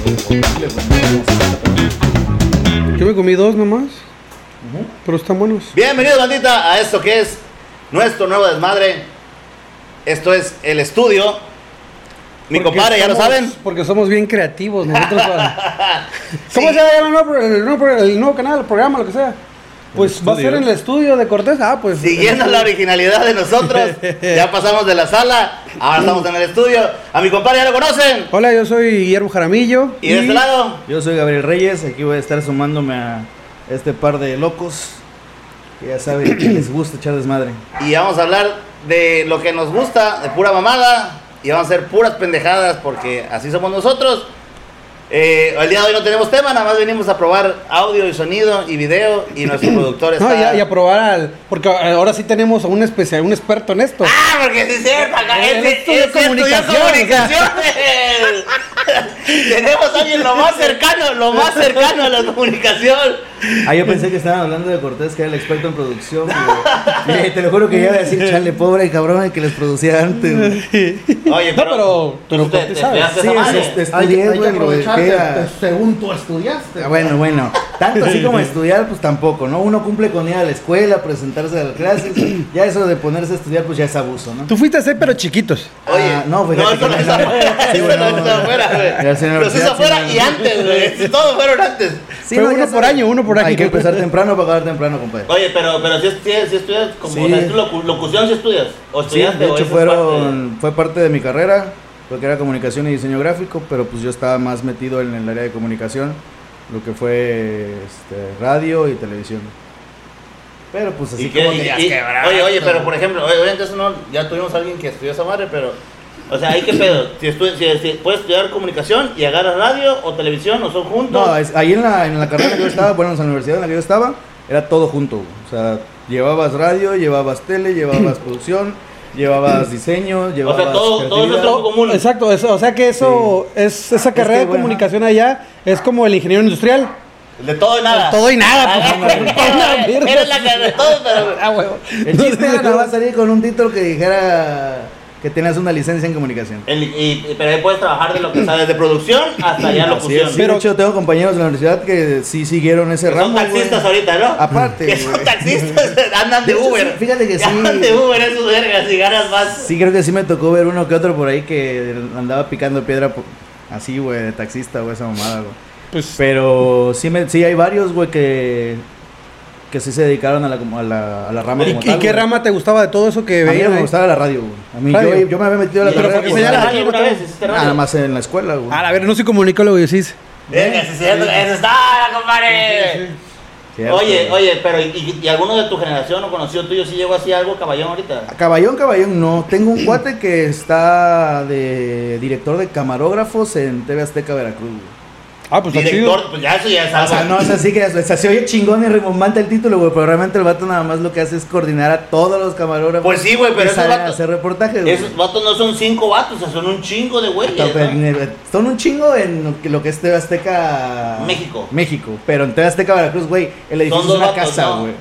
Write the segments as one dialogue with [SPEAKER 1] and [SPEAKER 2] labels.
[SPEAKER 1] horrible, güey.
[SPEAKER 2] Yo me comí dos nomás. Pero están buenos.
[SPEAKER 3] Bienvenidos, bandita, a esto que es nuestro nuevo desmadre. Esto es el estudio. Mi
[SPEAKER 2] Porque
[SPEAKER 3] compadre, ya lo
[SPEAKER 2] somos-
[SPEAKER 3] saben.
[SPEAKER 2] Porque somos bien creativos nosotros. para- ¿Cómo se llama el nuevo, pro- el nuevo pro- el nuevo canal, el programa, lo que sea? Pues va a ser en el estudio de Cortés. Ah, pues.
[SPEAKER 3] Siguiendo la originalidad de nosotros, ya pasamos de la sala, ahora estamos en el estudio. A mi compadre ya lo conocen.
[SPEAKER 2] Hola, yo soy Guillermo Jaramillo.
[SPEAKER 3] Y de este lado,
[SPEAKER 1] Yo soy Gabriel Reyes, aquí voy a estar sumándome a este par de locos que ya saben que les gusta echar desmadre.
[SPEAKER 3] y vamos a hablar de lo que nos gusta, de pura mamada, y vamos a hacer puras pendejadas, porque así somos nosotros. Eh, el día de hoy no tenemos tema, nada más venimos a probar audio y sonido y video, y nuestro productor está...
[SPEAKER 2] No, y a, y a probar al. Porque ahora sí tenemos a un especial, un experto en esto.
[SPEAKER 3] Ah, porque sí es cierto, acá
[SPEAKER 2] Él
[SPEAKER 3] él, sí-
[SPEAKER 2] estudió
[SPEAKER 3] él sí
[SPEAKER 2] comunicación,
[SPEAKER 3] comunicaciones. Tenemos a alguien lo más cercano, lo más cercano a la comunicación.
[SPEAKER 1] Ah, yo pensé que estaban hablando de Cortés, que era el experto en producción. güey. Mire, te lo juro que yo iba a decir, chale, pobre cabrón, el que les producía antes. güey.
[SPEAKER 3] Oye,
[SPEAKER 2] No, pero- pero
[SPEAKER 3] te,
[SPEAKER 2] ¿por qué
[SPEAKER 3] te
[SPEAKER 2] sabes?
[SPEAKER 3] estudiaste
[SPEAKER 1] Sí,
[SPEAKER 3] esa
[SPEAKER 1] es,
[SPEAKER 3] madre.
[SPEAKER 1] este,
[SPEAKER 4] Hay,
[SPEAKER 1] estudié,
[SPEAKER 4] hay que
[SPEAKER 1] güey, lo
[SPEAKER 4] aprovechar
[SPEAKER 1] dejé
[SPEAKER 4] que,
[SPEAKER 1] a-
[SPEAKER 4] pues, según tú estudiaste.
[SPEAKER 1] Ah, Bueno, bueno, tanto así como estudiar, pues tampoco, ¿no? Uno cumple con ir a la escuela, presentarse a las clases, ya eso de ponerse a estudiar, pues ya es abuso, ¿no?
[SPEAKER 2] Tú fuiste a ser, pero chiquitos.
[SPEAKER 3] Oye,
[SPEAKER 1] Ah, no,
[SPEAKER 3] no,
[SPEAKER 1] fíjate
[SPEAKER 3] eso
[SPEAKER 1] que
[SPEAKER 3] no
[SPEAKER 1] no,
[SPEAKER 3] es
[SPEAKER 1] no.
[SPEAKER 3] afuera,
[SPEAKER 1] Sí,
[SPEAKER 3] eso
[SPEAKER 1] bueno,
[SPEAKER 3] no es
[SPEAKER 1] no.
[SPEAKER 3] afuera,
[SPEAKER 1] Ya es en la
[SPEAKER 3] güey. Los es
[SPEAKER 1] universidad,
[SPEAKER 3] afuera
[SPEAKER 1] sí,
[SPEAKER 3] y
[SPEAKER 1] no.
[SPEAKER 3] antes, güey. Todos fueron antes.
[SPEAKER 1] Sí,
[SPEAKER 2] Pero
[SPEAKER 1] no, ya
[SPEAKER 2] uno por
[SPEAKER 1] sabes.
[SPEAKER 2] año, uno por año.
[SPEAKER 1] Hay que empezar temprano para acabar temprano, compadre.
[SPEAKER 3] Oye, pero, pero si, si, estudias, como,
[SPEAKER 1] Sí.
[SPEAKER 3] o sea, ¿tú locu- locución si estudias, o
[SPEAKER 1] Sí,
[SPEAKER 3] estudiaste,
[SPEAKER 1] de
[SPEAKER 3] o
[SPEAKER 1] hecho
[SPEAKER 3] eso es parte
[SPEAKER 1] fueron, fue parte de mi carrera, porque era comunicación y diseño gráfico, pero pues yo estaba más metido en el área de comunicación, lo que fue este, radio y televisión. Pero pues
[SPEAKER 3] de-
[SPEAKER 1] así
[SPEAKER 3] y que-
[SPEAKER 1] como
[SPEAKER 3] y-
[SPEAKER 1] te digas,
[SPEAKER 3] y-
[SPEAKER 1] quebrado.
[SPEAKER 3] Oye, oye, pero por ejemplo, oye, obviamente eso no, ya tuvimos a alguien que estudió esa madre, pero, o sea, ahí qué pedo, si, estu- si, si puedes estudiar comunicación y agarras radio o televisión o son juntos.
[SPEAKER 1] No, es- ahí en la, en la carrera que yo estaba, bueno, en la universidad en la que yo estaba, era todo junto. güey. O sea, llevabas radio, llevabas tele, llevabas producción, llevabas diseño,
[SPEAKER 3] todo-
[SPEAKER 1] llevabas
[SPEAKER 3] todo es
[SPEAKER 1] creatividad.
[SPEAKER 3] otro- común. Este,
[SPEAKER 2] Exacto, eso, o sea que eso es esa carrera
[SPEAKER 1] que,
[SPEAKER 2] de
[SPEAKER 1] bueno.
[SPEAKER 2] comunicación allá es como el ingeniero industrial.
[SPEAKER 3] de todo y nada.
[SPEAKER 2] Todo y nada, pues,
[SPEAKER 3] Ah,
[SPEAKER 2] por
[SPEAKER 1] pues,
[SPEAKER 2] favor.
[SPEAKER 3] eh, Eres la que de todo, pero...
[SPEAKER 2] Ah, huevo.
[SPEAKER 1] El chiste era nada más salir con un título que dijera que tenías una licencia en comunicación.
[SPEAKER 3] El- y- y- pero ahí puedes trabajar de lo que sabes, de producción hasta ya
[SPEAKER 1] Así es,
[SPEAKER 3] locución.
[SPEAKER 1] sí,
[SPEAKER 2] Pero-
[SPEAKER 1] de hecho, tengo compañeros de la universidad que sí siguieron ese
[SPEAKER 3] Que son
[SPEAKER 1] ramo. güey.
[SPEAKER 3] taxistas ahorita, ¿no?
[SPEAKER 1] Aparte,
[SPEAKER 3] que son
[SPEAKER 1] güey.
[SPEAKER 3] taxistas, andan de
[SPEAKER 1] De hecho,
[SPEAKER 3] Uber.
[SPEAKER 1] sí, fíjate que sí.
[SPEAKER 3] Andan de Uber esos vergas y ganas más.
[SPEAKER 1] Sí, creo que sí me tocó ver uno que otro por ahí que andaba picando piedra por- así, güey, de taxista, güey, esa mamada, güey.
[SPEAKER 2] Pues
[SPEAKER 1] Pero sí, me, sí hay varios, güey, que, que sí se dedicaron a la, como a la, a la rama
[SPEAKER 2] ¿Y,
[SPEAKER 1] como
[SPEAKER 2] y
[SPEAKER 1] tal,
[SPEAKER 2] qué
[SPEAKER 1] güey.
[SPEAKER 2] rama te gustaba de todo eso que
[SPEAKER 1] A mí
[SPEAKER 2] veías?
[SPEAKER 1] me
[SPEAKER 2] ahí?
[SPEAKER 1] gustaba la radio, güey. A mí
[SPEAKER 2] Radio.
[SPEAKER 1] yo, yo me había metido a la
[SPEAKER 3] ¿Y
[SPEAKER 1] carrera
[SPEAKER 2] pero por qué
[SPEAKER 1] por
[SPEAKER 2] señala
[SPEAKER 1] radio.
[SPEAKER 3] radio alguna vez? ¿Hiciste radio?
[SPEAKER 1] Nada más en la escuela, güey.
[SPEAKER 2] Ah, a ver, no soy comunicólogo, yo sí.
[SPEAKER 3] Verga, sí, cierto, eso está, compadre.
[SPEAKER 1] Cierto,
[SPEAKER 3] Oye,
[SPEAKER 1] güey.
[SPEAKER 3] oye, pero ¿y, y- y alguno de tu generación o conocido tuyo sí llegó así algo caballón ahorita?
[SPEAKER 1] Caballón, caballón, no. Tengo un cuate que está de director de camarógrafos en TV Azteca Veracruz, güey.
[SPEAKER 2] Ah, pues está chido.
[SPEAKER 3] Director, pues ya eso ya es
[SPEAKER 1] O sea,
[SPEAKER 3] algo.
[SPEAKER 1] no es así que o sea, se oye chingón y remontante el título, güey, pero realmente el vato nada más lo que hace es coordinar a todos los camarógrafos.
[SPEAKER 3] Pues sí, güey, pero
[SPEAKER 1] que
[SPEAKER 3] esos
[SPEAKER 1] salen a
[SPEAKER 3] vatos-
[SPEAKER 1] hacer reportajes, güey.
[SPEAKER 3] Esos vatos no son cinco vatos, o sea, son un chingo de güeyes.
[SPEAKER 1] No, pero
[SPEAKER 3] ¿no?
[SPEAKER 1] pues, ni- Son un chingo en lo que- lo que es TV Azteca.
[SPEAKER 3] México.
[SPEAKER 1] México. Pero en TV Azteca Veracruz, güey, el edificio es
[SPEAKER 3] dos
[SPEAKER 1] una
[SPEAKER 3] vatos,
[SPEAKER 1] casa,
[SPEAKER 3] ¿no?
[SPEAKER 1] güey.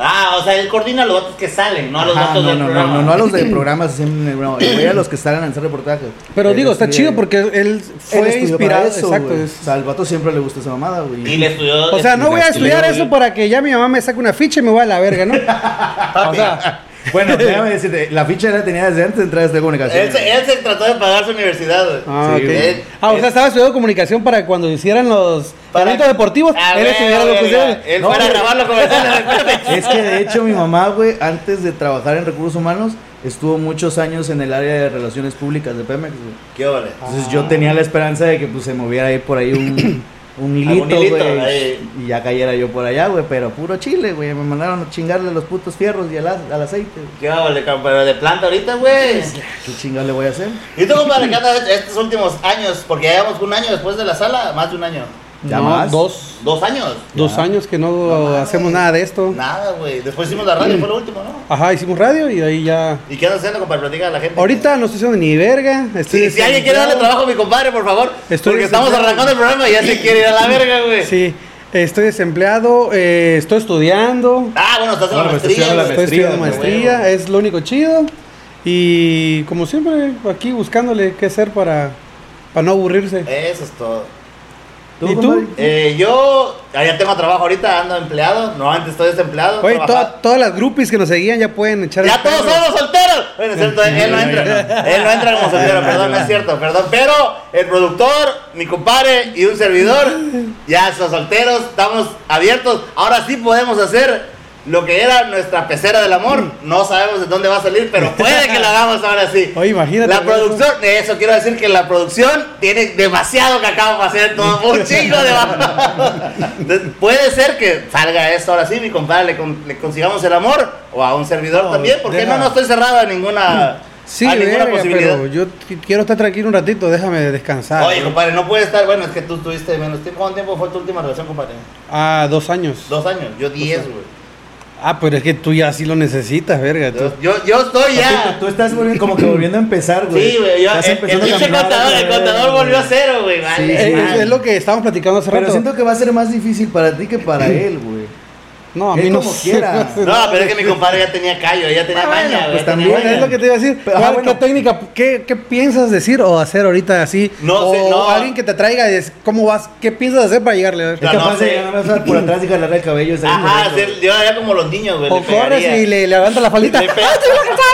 [SPEAKER 3] Ah, o sea, él coordina a los vatos que salen, no a los
[SPEAKER 1] Ajá,
[SPEAKER 3] vatos
[SPEAKER 1] no,
[SPEAKER 3] del
[SPEAKER 1] no, no,
[SPEAKER 3] programa.
[SPEAKER 1] no, no a los de programas, sí, no, güey, a los que salen a hacer reportajes. Eh, este
[SPEAKER 2] Pero
[SPEAKER 1] Él
[SPEAKER 2] digo, está
[SPEAKER 1] estudia-
[SPEAKER 2] chido porque él
[SPEAKER 1] él
[SPEAKER 2] fue
[SPEAKER 1] estudió para
[SPEAKER 2] inspirado.
[SPEAKER 1] eso,
[SPEAKER 2] exacto.
[SPEAKER 1] güey.
[SPEAKER 2] es-
[SPEAKER 1] O sea, al vato siempre le gusta esa mamada, güey.
[SPEAKER 3] Y le estudió.
[SPEAKER 2] O sea, no voy a
[SPEAKER 3] y le-
[SPEAKER 2] estudiar eso para que ya mi mamá me saque una ficha y me voy a la verga, ¿no? O sea,
[SPEAKER 1] Bueno, déjame decirte, la ficha la tenía desde antes de entrar a esta comunicación.
[SPEAKER 3] Él se, él se trató de pagar su universidad, güey.
[SPEAKER 2] ah,
[SPEAKER 1] Sí,
[SPEAKER 2] ok.
[SPEAKER 3] él-
[SPEAKER 2] Ah, o
[SPEAKER 3] él-
[SPEAKER 2] sea, estaba estudiando comunicación para que cuando hicieran los
[SPEAKER 3] Para-
[SPEAKER 2] eventos deportivos,
[SPEAKER 3] Ah,
[SPEAKER 2] él
[SPEAKER 3] güey,
[SPEAKER 2] estudiara
[SPEAKER 3] güey,
[SPEAKER 2] lo que
[SPEAKER 3] güey.
[SPEAKER 2] sea.
[SPEAKER 3] Él
[SPEAKER 1] No,
[SPEAKER 3] fuera a
[SPEAKER 1] güey. Ah.
[SPEAKER 3] grabar los comerciales, recuérdate.
[SPEAKER 1] Es que de hecho mi mamá, güey, antes de trabajar en recursos humanos, estuvo muchos años en el área de relaciones públicas de Pemex, güey.
[SPEAKER 3] ¿Qué vale?
[SPEAKER 1] Entonces yo
[SPEAKER 2] Ah.
[SPEAKER 1] tenía la esperanza de que pues se moviera ahí por ahí un, un hilito,
[SPEAKER 3] Algún hilito,
[SPEAKER 1] güey.
[SPEAKER 3] ahí.
[SPEAKER 1] Y ya cayera yo por allá, güey, pero puro chile, güey. Me mandaron a chingarle los putos fierros y al, a- al aceite. güey.
[SPEAKER 3] ¿Qué vale, Pero de planta ahorita, güey.
[SPEAKER 1] ¿Qué chingado le voy a hacer?
[SPEAKER 3] ¿Y tú, compadre, qué andas estos últimos años? Porque ya llevamos un año después de la sala, más de un año.
[SPEAKER 1] ¿Ya
[SPEAKER 2] No,
[SPEAKER 1] más?
[SPEAKER 2] Dos.
[SPEAKER 3] ¿Dos años?
[SPEAKER 2] Dos años que no,
[SPEAKER 3] mames.
[SPEAKER 2] hacemos nada de esto.
[SPEAKER 3] Nada, güey. Después hicimos la radio, fue lo último, ¿no?
[SPEAKER 2] Ajá, hicimos radio y ahí ya.
[SPEAKER 3] ¿Y qué andas haciendo, compadre? Platica a la gente.
[SPEAKER 2] Ahorita no estoy haciendo ni verga.
[SPEAKER 3] Sí,
[SPEAKER 2] Estoy
[SPEAKER 3] si alguien quiere darle
[SPEAKER 2] desempleado.
[SPEAKER 3] trabajo a mi compadre, por favor.
[SPEAKER 2] Estoy
[SPEAKER 3] porque estamos
[SPEAKER 2] desempleado.
[SPEAKER 3] arrancando el programa y ya se quiere ir a la verga, güey.
[SPEAKER 2] Sí, estoy desempleado, eh, estoy estudiando,
[SPEAKER 3] Ah, bueno, estás en la
[SPEAKER 1] Bueno, pues, estoy
[SPEAKER 3] maestría.
[SPEAKER 1] haciendo la
[SPEAKER 3] güey.
[SPEAKER 2] estoy estudiando
[SPEAKER 1] de
[SPEAKER 2] maestría,
[SPEAKER 3] huevo.
[SPEAKER 2] es lo único chido. Y como eh.
[SPEAKER 3] Eh,
[SPEAKER 2] siempre, aquí buscándole qué hacer para, para no aburrirse.
[SPEAKER 3] Eso es todo.
[SPEAKER 2] ¿Y tú?
[SPEAKER 3] Eh, yo allá tengo trabajo ahorita, ando empleado. No, antes estoy desempleado.
[SPEAKER 2] Oye,
[SPEAKER 3] trabajaba-
[SPEAKER 2] to- todas las groupies que nos seguían ya pueden echar. el
[SPEAKER 3] ¡Ya todos
[SPEAKER 2] perro.
[SPEAKER 3] somos solteros! Bueno, es cierto, él no entra. Él no entra como soltero, perdón, es cierto, perdón. Pero el productor, mi compadre y un servidor, ya son solteros, estamos abiertos. Ahora sí podemos hacer lo que era nuestra pecera del amor. No sabemos de dónde va a salir, pero puede que la hagamos ahora sí.
[SPEAKER 2] Oye, imagínate,
[SPEAKER 3] La
[SPEAKER 2] güey.
[SPEAKER 3] producción, de eso quiero decir que la producción tiene demasiado cacao para hacer todo. Un chingo de babas. Entonces, Puede ser que salga esto ahora sí, mi compadre, le, con- le consigamos el amor o a un servidor
[SPEAKER 2] No,
[SPEAKER 3] también, porque
[SPEAKER 2] deja.
[SPEAKER 3] no, no estoy cerrado a ninguna,
[SPEAKER 2] Sí,
[SPEAKER 3] a ninguna
[SPEAKER 2] verga,
[SPEAKER 3] posibilidad.
[SPEAKER 2] pero yo qu- quiero estar tranquilo un ratito, déjame descansar.
[SPEAKER 3] Oye, compadre, no puede estar. Bueno, es que tú tuviste menos tiempo. ¿Cuánto tiempo fue tu última relación, compadre?
[SPEAKER 2] Ah, dos años.
[SPEAKER 3] Dos años. Yo diez, güey.
[SPEAKER 2] Ah, pero es que tú ya sí lo necesitas, verga. tú.
[SPEAKER 3] Yo, yo, yo estoy ya.
[SPEAKER 1] Tú estás volviendo- como que volviendo a empezar, güey.
[SPEAKER 3] Sí, güey. yo-
[SPEAKER 1] Estás
[SPEAKER 3] El el
[SPEAKER 1] empezando a
[SPEAKER 3] pinche
[SPEAKER 1] caminar,
[SPEAKER 3] contador, el
[SPEAKER 1] güey.
[SPEAKER 3] contador volvió a cero, güey.
[SPEAKER 2] Eh,
[SPEAKER 3] Vale,
[SPEAKER 2] es,
[SPEAKER 3] vale.
[SPEAKER 2] es lo que estábamos platicando hace
[SPEAKER 1] Pero
[SPEAKER 2] rato.
[SPEAKER 1] siento que va a ser más difícil para ti que para él, güey.
[SPEAKER 2] No, a
[SPEAKER 1] que
[SPEAKER 2] mí no
[SPEAKER 1] como
[SPEAKER 2] sé,
[SPEAKER 1] quiera.
[SPEAKER 2] no sé.
[SPEAKER 3] No, pero es que mi compadre ya tenía callo, ya tenía
[SPEAKER 1] Ah, bueno,
[SPEAKER 3] maña, güey. ya
[SPEAKER 1] pues
[SPEAKER 3] tenía
[SPEAKER 1] también,
[SPEAKER 3] maña.
[SPEAKER 1] Oigan.
[SPEAKER 2] Es lo que te iba a decir.
[SPEAKER 1] Pero, ah,
[SPEAKER 2] ¿Cuál-
[SPEAKER 1] bueno.
[SPEAKER 2] ¿Qué técnica, qué, qué piensas decir o hacer ahorita así?
[SPEAKER 3] No
[SPEAKER 2] o
[SPEAKER 3] sé, no.
[SPEAKER 2] alguien que te traiga y es, ¿cómo vas? ¿Qué piensas hacer para llegarle? A ver.
[SPEAKER 3] Ya
[SPEAKER 1] Es
[SPEAKER 3] no pues,
[SPEAKER 1] capaz
[SPEAKER 3] sé.
[SPEAKER 1] de llegar por atrás y jalarle el cabello. es ahí,
[SPEAKER 3] Ajá,
[SPEAKER 1] correcto.
[SPEAKER 3] sí, yo haría como los niños, güey.
[SPEAKER 2] O
[SPEAKER 3] le
[SPEAKER 2] corres
[SPEAKER 3] pegaría.
[SPEAKER 2] y le levantas la ¡Ah, falita.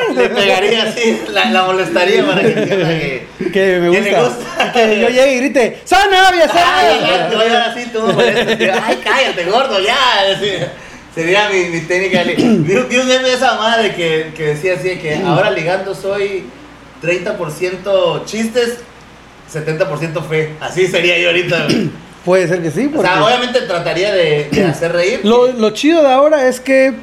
[SPEAKER 3] Le, pe- le pegaría así, la, la molestaría para que entienda que.
[SPEAKER 2] Que me
[SPEAKER 3] que le
[SPEAKER 2] gusta. Que yo llegue y grite, ¡Sanabria,
[SPEAKER 3] Ay,
[SPEAKER 2] Sanabria!
[SPEAKER 3] ay, te voy a dar así, tú me molestas. Yo, Ay, cállate, gordo, ya. así. Sería mi, mi técnica. de li- Digo que un meme de esa madre que, que decía así: de que ahora ligando soy 30% chistes, 70% fe. Así sería yo ahorita. güey.
[SPEAKER 2] Puede ser que sí,
[SPEAKER 3] O
[SPEAKER 2] porque...
[SPEAKER 3] sea, obviamente trataría de, de hacer reír.
[SPEAKER 2] Lo, lo chido de ahora es que,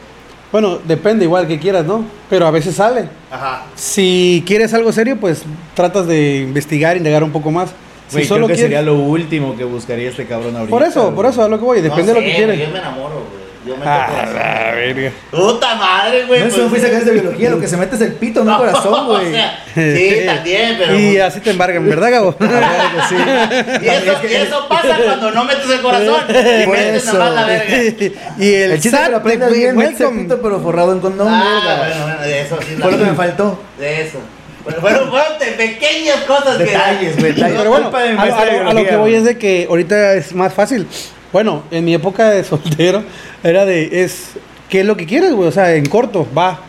[SPEAKER 2] bueno, depende igual que quieras, ¿no? Pero a veces sale.
[SPEAKER 3] Ajá.
[SPEAKER 2] Si quieres algo serio, pues tratas de investigar, indagar un poco más. Si
[SPEAKER 1] Güey,
[SPEAKER 2] solo
[SPEAKER 1] creo que
[SPEAKER 2] quieres...
[SPEAKER 1] sería lo último que buscaría este cabrón ahorita.
[SPEAKER 2] Por eso,
[SPEAKER 1] güey.
[SPEAKER 2] por eso, a lo que voy, depende
[SPEAKER 3] No
[SPEAKER 2] de
[SPEAKER 3] sé,
[SPEAKER 2] lo que
[SPEAKER 3] Yo
[SPEAKER 2] quieres.
[SPEAKER 3] me enamoro, güey. Yo me
[SPEAKER 2] Ah,
[SPEAKER 3] toco así.
[SPEAKER 2] la verga.
[SPEAKER 3] Puta madre, güey.
[SPEAKER 1] No, eso
[SPEAKER 3] pues,
[SPEAKER 1] no fui sacas de biología, lo que se mete es el pito, no el corazón, güey.
[SPEAKER 3] o sea, sí, también, pero. pues,
[SPEAKER 2] Y así te embargan, ¿verdad, Gabo?
[SPEAKER 1] Claro que sí.
[SPEAKER 3] Y eso, y eso pasa cuando no metes el corazón. Y
[SPEAKER 1] Por
[SPEAKER 3] metes
[SPEAKER 1] eso.
[SPEAKER 3] nada más la verga.
[SPEAKER 2] y el,
[SPEAKER 1] El chiste
[SPEAKER 2] SAT
[SPEAKER 1] que lo
[SPEAKER 2] te
[SPEAKER 1] aprendas bien, es el
[SPEAKER 2] welcome.
[SPEAKER 1] pito pero forrado en condón,
[SPEAKER 3] Ah,
[SPEAKER 1] verga.
[SPEAKER 3] bueno, bueno, de eso sí.
[SPEAKER 1] Fue lo que me
[SPEAKER 3] también.
[SPEAKER 1] faltó.
[SPEAKER 3] De eso. Bueno, fueron, fueron de pequeñas cosas
[SPEAKER 1] Detalles,
[SPEAKER 3] que.
[SPEAKER 1] güey, detalles.
[SPEAKER 2] Pero bueno,
[SPEAKER 1] Culpa
[SPEAKER 2] a,
[SPEAKER 1] de mi
[SPEAKER 2] a
[SPEAKER 1] maestra de
[SPEAKER 2] lo- a lo que
[SPEAKER 1] biología,
[SPEAKER 2] voy
[SPEAKER 1] güey.
[SPEAKER 2] es de que ahorita es más fácil. Bueno, en mi época de soltero era de es qué es lo que quieres, güey, o sea, en corto, va.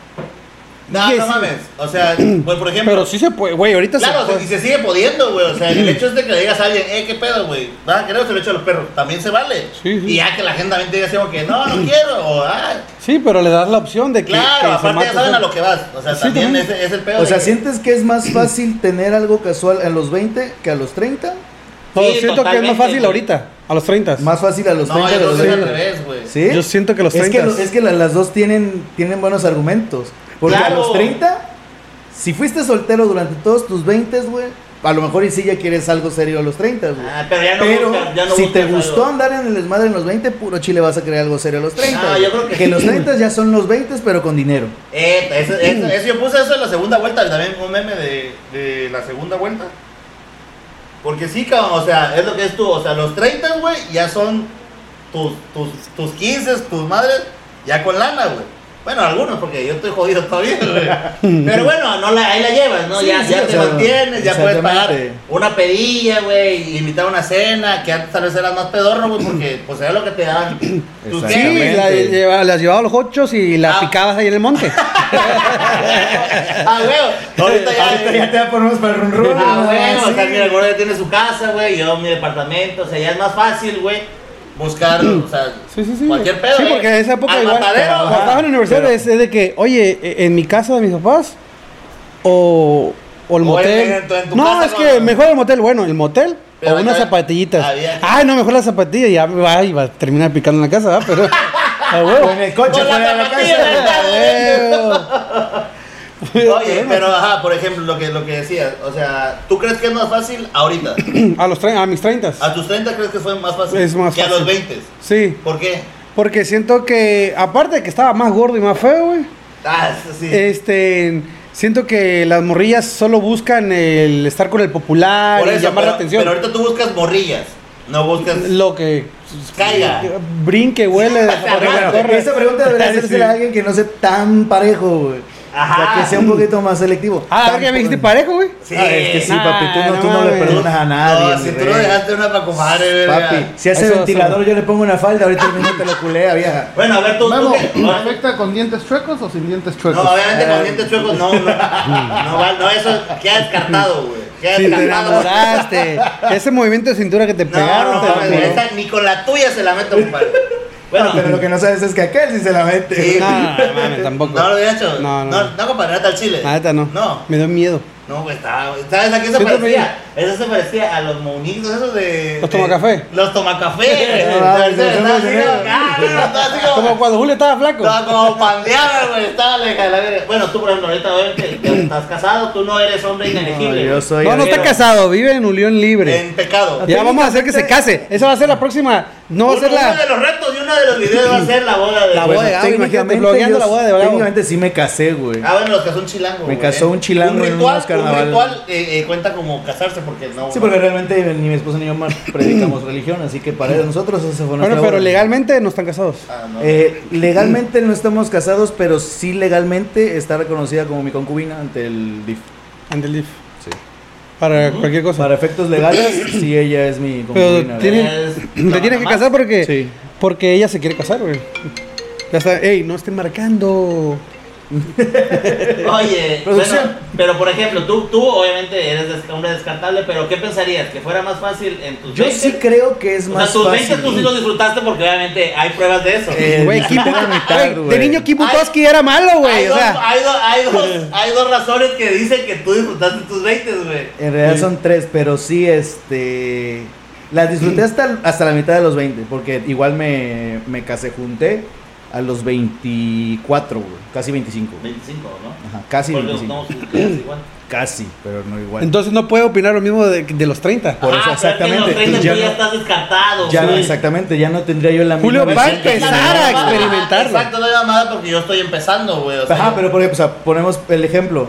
[SPEAKER 3] No,
[SPEAKER 2] Yes.
[SPEAKER 3] no mames. O sea, pues, por ejemplo.
[SPEAKER 2] Pero sí se puede, güey, ahorita se
[SPEAKER 3] Claro,
[SPEAKER 2] puede.
[SPEAKER 3] y se sigue pudiendo, güey. O sea, el hecho es de que le digas a alguien, eh, qué pedo, güey. Vas a querer o se lo echo a los perros. También se vale.
[SPEAKER 2] Sí, sí.
[SPEAKER 3] Y ya que la gente también te diga así como que no, no quiero. O, ah,
[SPEAKER 2] Sí, pero le das la opción de que
[SPEAKER 3] claro,
[SPEAKER 2] que se
[SPEAKER 3] aparte ya
[SPEAKER 2] mata,
[SPEAKER 3] saben
[SPEAKER 2] o sea.
[SPEAKER 3] a lo que vas. O sea,
[SPEAKER 2] Sí,
[SPEAKER 3] también
[SPEAKER 2] también.
[SPEAKER 3] ese es el pedo.
[SPEAKER 1] O
[SPEAKER 3] de
[SPEAKER 1] sea,
[SPEAKER 3] que-
[SPEAKER 1] ¿sientes que es más fácil tener algo casual a los 20 que a los 30?
[SPEAKER 2] No, siento que
[SPEAKER 3] Sí,
[SPEAKER 2] es más
[SPEAKER 3] totalmente,
[SPEAKER 2] fácil
[SPEAKER 3] güey.
[SPEAKER 2] ahorita, a los 30.
[SPEAKER 1] Más fácil a los
[SPEAKER 3] No, yo
[SPEAKER 1] 30 que a
[SPEAKER 3] creo
[SPEAKER 1] los
[SPEAKER 3] que es al
[SPEAKER 1] 20.
[SPEAKER 3] revés, güey.
[SPEAKER 1] ¿Sí?
[SPEAKER 2] Yo siento que los
[SPEAKER 1] Es
[SPEAKER 2] 30.
[SPEAKER 1] que, lo- es que la- las dos tienen, tienen buenos argumentos. Porque
[SPEAKER 3] Claro.
[SPEAKER 1] a los 30, si fuiste soltero durante todos tus 20, güey, a lo mejor y sí ya quieres algo serio a los 30, güey.
[SPEAKER 3] Ah, pero ya no
[SPEAKER 1] Pero
[SPEAKER 3] buscas- ya no
[SPEAKER 1] si te
[SPEAKER 3] buscas
[SPEAKER 1] gustó
[SPEAKER 3] algo.
[SPEAKER 1] andar en el desmadre en los 20, puro chile vas a crear algo serio a los 30.
[SPEAKER 3] No,
[SPEAKER 1] güey.
[SPEAKER 3] yo creo que-
[SPEAKER 1] los 30 ya son los 20, pero con dinero.
[SPEAKER 3] Eh, eso, eso-
[SPEAKER 1] Mm.
[SPEAKER 3] eso- yo puse eso en la segunda vuelta, también un meme de, de la segunda vuelta. Porque sí, cabrón, o sea, es lo que es tú. O sea, los 30, güey, ya son tus, tus, tus 15, tus madres, ya con lana, güey. Bueno, algunos, porque yo estoy jodido todavía, güey. Pero bueno, no la, ahí la llevas, ¿no?
[SPEAKER 1] Sí,
[SPEAKER 3] ya
[SPEAKER 1] sí,
[SPEAKER 3] ya
[SPEAKER 1] o
[SPEAKER 3] te
[SPEAKER 1] sea,
[SPEAKER 3] mantienes, ya puedes pagar
[SPEAKER 1] exactamente.
[SPEAKER 3] una pedilla, güey, invitar a una cena, que antes tal vez eras más pedorro, güey, porque pues era lo que te daban. Tus
[SPEAKER 1] Exactamente.
[SPEAKER 3] qué,
[SPEAKER 2] Sí,
[SPEAKER 3] güey?
[SPEAKER 2] la,
[SPEAKER 1] Exactamente.
[SPEAKER 2] lleva- las llevaba a los ochos y la
[SPEAKER 3] Ah.
[SPEAKER 2] picabas ahí en el monte.
[SPEAKER 3] Ah, güey. Ahorita ya.
[SPEAKER 1] Ahorita ya te da por unos para run run.
[SPEAKER 3] Ah, bueno, o sea,
[SPEAKER 1] sí.
[SPEAKER 3] mira, el gordo ya tiene su casa, güey, yo mi departamento, o sea, ya es más fácil, güey, buscar, o sea,
[SPEAKER 2] Sí, sí, sí.
[SPEAKER 3] cualquier pedo.
[SPEAKER 2] Sí,
[SPEAKER 3] güey.
[SPEAKER 2] porque en esa época
[SPEAKER 3] Al
[SPEAKER 2] igual.
[SPEAKER 3] matadero,
[SPEAKER 2] cuando
[SPEAKER 3] güey.
[SPEAKER 2] estaba en la universidad
[SPEAKER 1] pero-
[SPEAKER 2] es, es de que, oye, e- en mi casa de mis papás o, o el
[SPEAKER 3] O en-
[SPEAKER 2] motel.
[SPEAKER 3] en tu- en tu
[SPEAKER 2] no,
[SPEAKER 3] casa,
[SPEAKER 2] es que
[SPEAKER 3] no.
[SPEAKER 2] mejor el motel, bueno, el motel
[SPEAKER 3] Pero
[SPEAKER 2] o
[SPEAKER 3] ahí
[SPEAKER 2] unas
[SPEAKER 3] también
[SPEAKER 2] zapatillitas.
[SPEAKER 3] había-
[SPEAKER 2] Ay, no, mejor las zapatillas y ya va y va a terminar picando en la casa, ¿verdad? pero a huevo.
[SPEAKER 1] Con el coche
[SPEAKER 3] Con la
[SPEAKER 1] fuera de la
[SPEAKER 3] zapatilla,
[SPEAKER 1] casa.
[SPEAKER 3] güey.
[SPEAKER 2] A huevo.
[SPEAKER 3] Oye, pero ajá, por ejemplo, lo que, lo que decías, o sea, ¿tú crees que es más fácil ahorita?
[SPEAKER 2] a los tre- a mis 30.
[SPEAKER 3] ¿A tus 30 crees que fue más fácil
[SPEAKER 2] Es más
[SPEAKER 3] que a
[SPEAKER 2] fácil.
[SPEAKER 3] los 20?
[SPEAKER 2] Sí,
[SPEAKER 3] ¿Por qué?
[SPEAKER 2] porque siento que aparte de que estaba más gordo y más feo, güey.
[SPEAKER 3] Ah, eso sí.
[SPEAKER 2] Este, siento que las morrillas solo buscan el estar con el popular
[SPEAKER 3] por
[SPEAKER 2] y
[SPEAKER 3] eso,
[SPEAKER 2] llamar
[SPEAKER 3] pero,
[SPEAKER 2] la atención.
[SPEAKER 3] pero ahorita tú buscas morrillas, no buscas...
[SPEAKER 2] Lo que
[SPEAKER 3] Caiga.
[SPEAKER 2] brinque, huele,
[SPEAKER 3] Ajá,
[SPEAKER 2] por la
[SPEAKER 1] Bueno,
[SPEAKER 2] torre.
[SPEAKER 1] esa pregunta debería hacerse
[SPEAKER 2] Sí.
[SPEAKER 1] a alguien que no sea tan parejo, güey. Para que sea un poquito más selectivo.
[SPEAKER 2] Ah, a ver, ya me dijiste parejo, güey.
[SPEAKER 3] Sí.
[SPEAKER 1] Ah, es que sí,
[SPEAKER 2] Nah,
[SPEAKER 1] papi, tú no, tú
[SPEAKER 2] no
[SPEAKER 1] no le
[SPEAKER 2] mames.
[SPEAKER 1] perdonas a nadie.
[SPEAKER 3] No, si
[SPEAKER 1] mi
[SPEAKER 3] tú no
[SPEAKER 1] rey.
[SPEAKER 3] dejaste una para comadre, verga.
[SPEAKER 1] Papi, si hace
[SPEAKER 2] Eso-
[SPEAKER 1] ventilador
[SPEAKER 2] eso-
[SPEAKER 1] yo le pongo una falda, ahorita el mismo te lo culea, vieja.
[SPEAKER 3] Bueno, a ver, tú. tú
[SPEAKER 4] Memo,
[SPEAKER 3] qué-
[SPEAKER 4] ¿me afecta con dientes chuecos o sin dientes
[SPEAKER 3] No,
[SPEAKER 4] chuecos?
[SPEAKER 3] obviamente
[SPEAKER 2] Ah.
[SPEAKER 3] con dientes chuecos no, no. No, va- no, eso queda descartado, güey. Queda
[SPEAKER 2] Si te
[SPEAKER 3] descartado.
[SPEAKER 2] enamoraste. Ese movimiento de cintura que te
[SPEAKER 3] No,
[SPEAKER 2] pegaron.
[SPEAKER 3] no,
[SPEAKER 2] te
[SPEAKER 3] mames,
[SPEAKER 2] enamoró.
[SPEAKER 3] esa ni con la tuya se la meto, compadre. Bueno,
[SPEAKER 1] Pero lo que no sabes es que aquel sí se la mete.
[SPEAKER 3] Sí.
[SPEAKER 1] güey.
[SPEAKER 2] No, no, mames, tampoco.
[SPEAKER 3] no lo hubiera hecho.
[SPEAKER 2] No,
[SPEAKER 3] No,
[SPEAKER 2] no.
[SPEAKER 3] no. No, compadre, hasta el chile.
[SPEAKER 2] La neta no.
[SPEAKER 3] No,
[SPEAKER 2] Me dio miedo.
[SPEAKER 3] no, güey, estaba. ¿Sabes a quién se
[SPEAKER 2] Sí,
[SPEAKER 3] parecía? Eso se parecía a los monitos esos de.
[SPEAKER 2] Los
[SPEAKER 3] de-
[SPEAKER 2] tomacafé. Ah,
[SPEAKER 3] Los tomacafé, güey.
[SPEAKER 1] No, no,
[SPEAKER 3] Estaba
[SPEAKER 1] no, no,
[SPEAKER 3] así,
[SPEAKER 1] no, no.
[SPEAKER 3] ah, no, estaba así como-
[SPEAKER 2] Como cuando Julio estaba flaco.
[SPEAKER 3] Estaba como pandeada, güey. Estaba la hija de la verga. Bueno, tú, por ejemplo, ahorita güey, que que estás casado, tú no eres hombre inelegible.
[SPEAKER 1] yo
[SPEAKER 3] güey.
[SPEAKER 1] soy-
[SPEAKER 2] No, no está
[SPEAKER 3] Pero-
[SPEAKER 2] casado, vive en unión libre.
[SPEAKER 3] En pecado.
[SPEAKER 2] Ya vamos a hacer que se case. Esa va a ser la próxima. No va a
[SPEAKER 3] uno,
[SPEAKER 2] ser
[SPEAKER 3] uno de
[SPEAKER 2] la.
[SPEAKER 3] los retos y uno de los videos va a ser la boda de.
[SPEAKER 2] La boda. de Gaby, imagínate, bloqueando la boda de Bravo.
[SPEAKER 1] técnicamente sí me casé, güey.
[SPEAKER 3] Ah, bueno, los casó un chilango.
[SPEAKER 1] Me
[SPEAKER 3] güey.
[SPEAKER 1] casó un chilango
[SPEAKER 3] Un
[SPEAKER 1] en
[SPEAKER 3] ritual,
[SPEAKER 1] unos carnavales.
[SPEAKER 3] Un ritual eh, eh, cuenta como casarse porque no.
[SPEAKER 1] Sí, porque realmente ni mi esposa ni yo más predicamos religión, así que para nosotros eso fue nuestra
[SPEAKER 2] Bueno, pero
[SPEAKER 1] boda.
[SPEAKER 2] legalmente no están casados.
[SPEAKER 3] Ah, no.
[SPEAKER 1] Eh, legalmente no estamos casados, pero sí legalmente está reconocida como mi concubina ante el DIF.
[SPEAKER 2] Ante el DIF. Para cualquier cosa.
[SPEAKER 1] Para efectos legales, sí ella es mi
[SPEAKER 2] Pero
[SPEAKER 1] concubina.
[SPEAKER 2] tiene-
[SPEAKER 3] Es-
[SPEAKER 2] Te tienes que
[SPEAKER 3] nada
[SPEAKER 2] casar
[SPEAKER 3] más.
[SPEAKER 2] porque.
[SPEAKER 1] Sí.
[SPEAKER 2] Porque ella se quiere casar, güey. Ya está. Ey, no estén marcando.
[SPEAKER 3] Oye,
[SPEAKER 1] Producción.
[SPEAKER 3] bueno, pero por ejemplo, tú, tú obviamente eres des- hombre descartable, pero ¿qué pensarías? ¿Que fuera más fácil en tus
[SPEAKER 1] Yo
[SPEAKER 3] 20?
[SPEAKER 1] sí creo que es
[SPEAKER 3] O sea,
[SPEAKER 1] más
[SPEAKER 3] tus 20
[SPEAKER 1] fácil.
[SPEAKER 3] tú sí los disfrutaste porque obviamente hay pruebas de eso.
[SPEAKER 1] Eh,
[SPEAKER 2] Güey,
[SPEAKER 1] ni
[SPEAKER 2] Kim
[SPEAKER 1] siquiera
[SPEAKER 2] Güey,
[SPEAKER 1] mitad,
[SPEAKER 2] De
[SPEAKER 1] güey.
[SPEAKER 2] niño, Kim
[SPEAKER 3] Ay.
[SPEAKER 2] Butowski era malo,
[SPEAKER 3] hay,
[SPEAKER 2] güey. O
[SPEAKER 3] dos,
[SPEAKER 2] sea.
[SPEAKER 3] hay, dos, hay, dos, hay dos razones que dicen que tú disfrutaste tus 20, güey.
[SPEAKER 1] En realidad son tres, pero sí, este... Las disfruté hasta, hasta la mitad de los 20, porque igual me, me casé, junté a los 24, güey, casi 25. güey.
[SPEAKER 3] 25, ¿no?
[SPEAKER 1] Ajá, casi
[SPEAKER 3] Porque
[SPEAKER 1] 25.
[SPEAKER 3] estamos igual.
[SPEAKER 1] Casi, pero no igual.
[SPEAKER 2] Entonces no puedo opinar lo mismo de, de los 30.
[SPEAKER 1] Por eso,
[SPEAKER 3] Ah, pero es que en los
[SPEAKER 1] exactamente,
[SPEAKER 3] 30 tú
[SPEAKER 1] ya
[SPEAKER 3] ya,
[SPEAKER 1] no-
[SPEAKER 3] estás descartado.
[SPEAKER 1] ya no,
[SPEAKER 3] güey.
[SPEAKER 1] exactamente, ya no tendría yo la misma...
[SPEAKER 2] Julio va a
[SPEAKER 1] visión que
[SPEAKER 2] empezar
[SPEAKER 1] tenía.
[SPEAKER 2] a experimentarlo.
[SPEAKER 3] Exacto, no hay mamada porque yo estoy empezando, güey. O sea,
[SPEAKER 1] Ajá, pero por ejemplo, o sea, ponemos el ejemplo.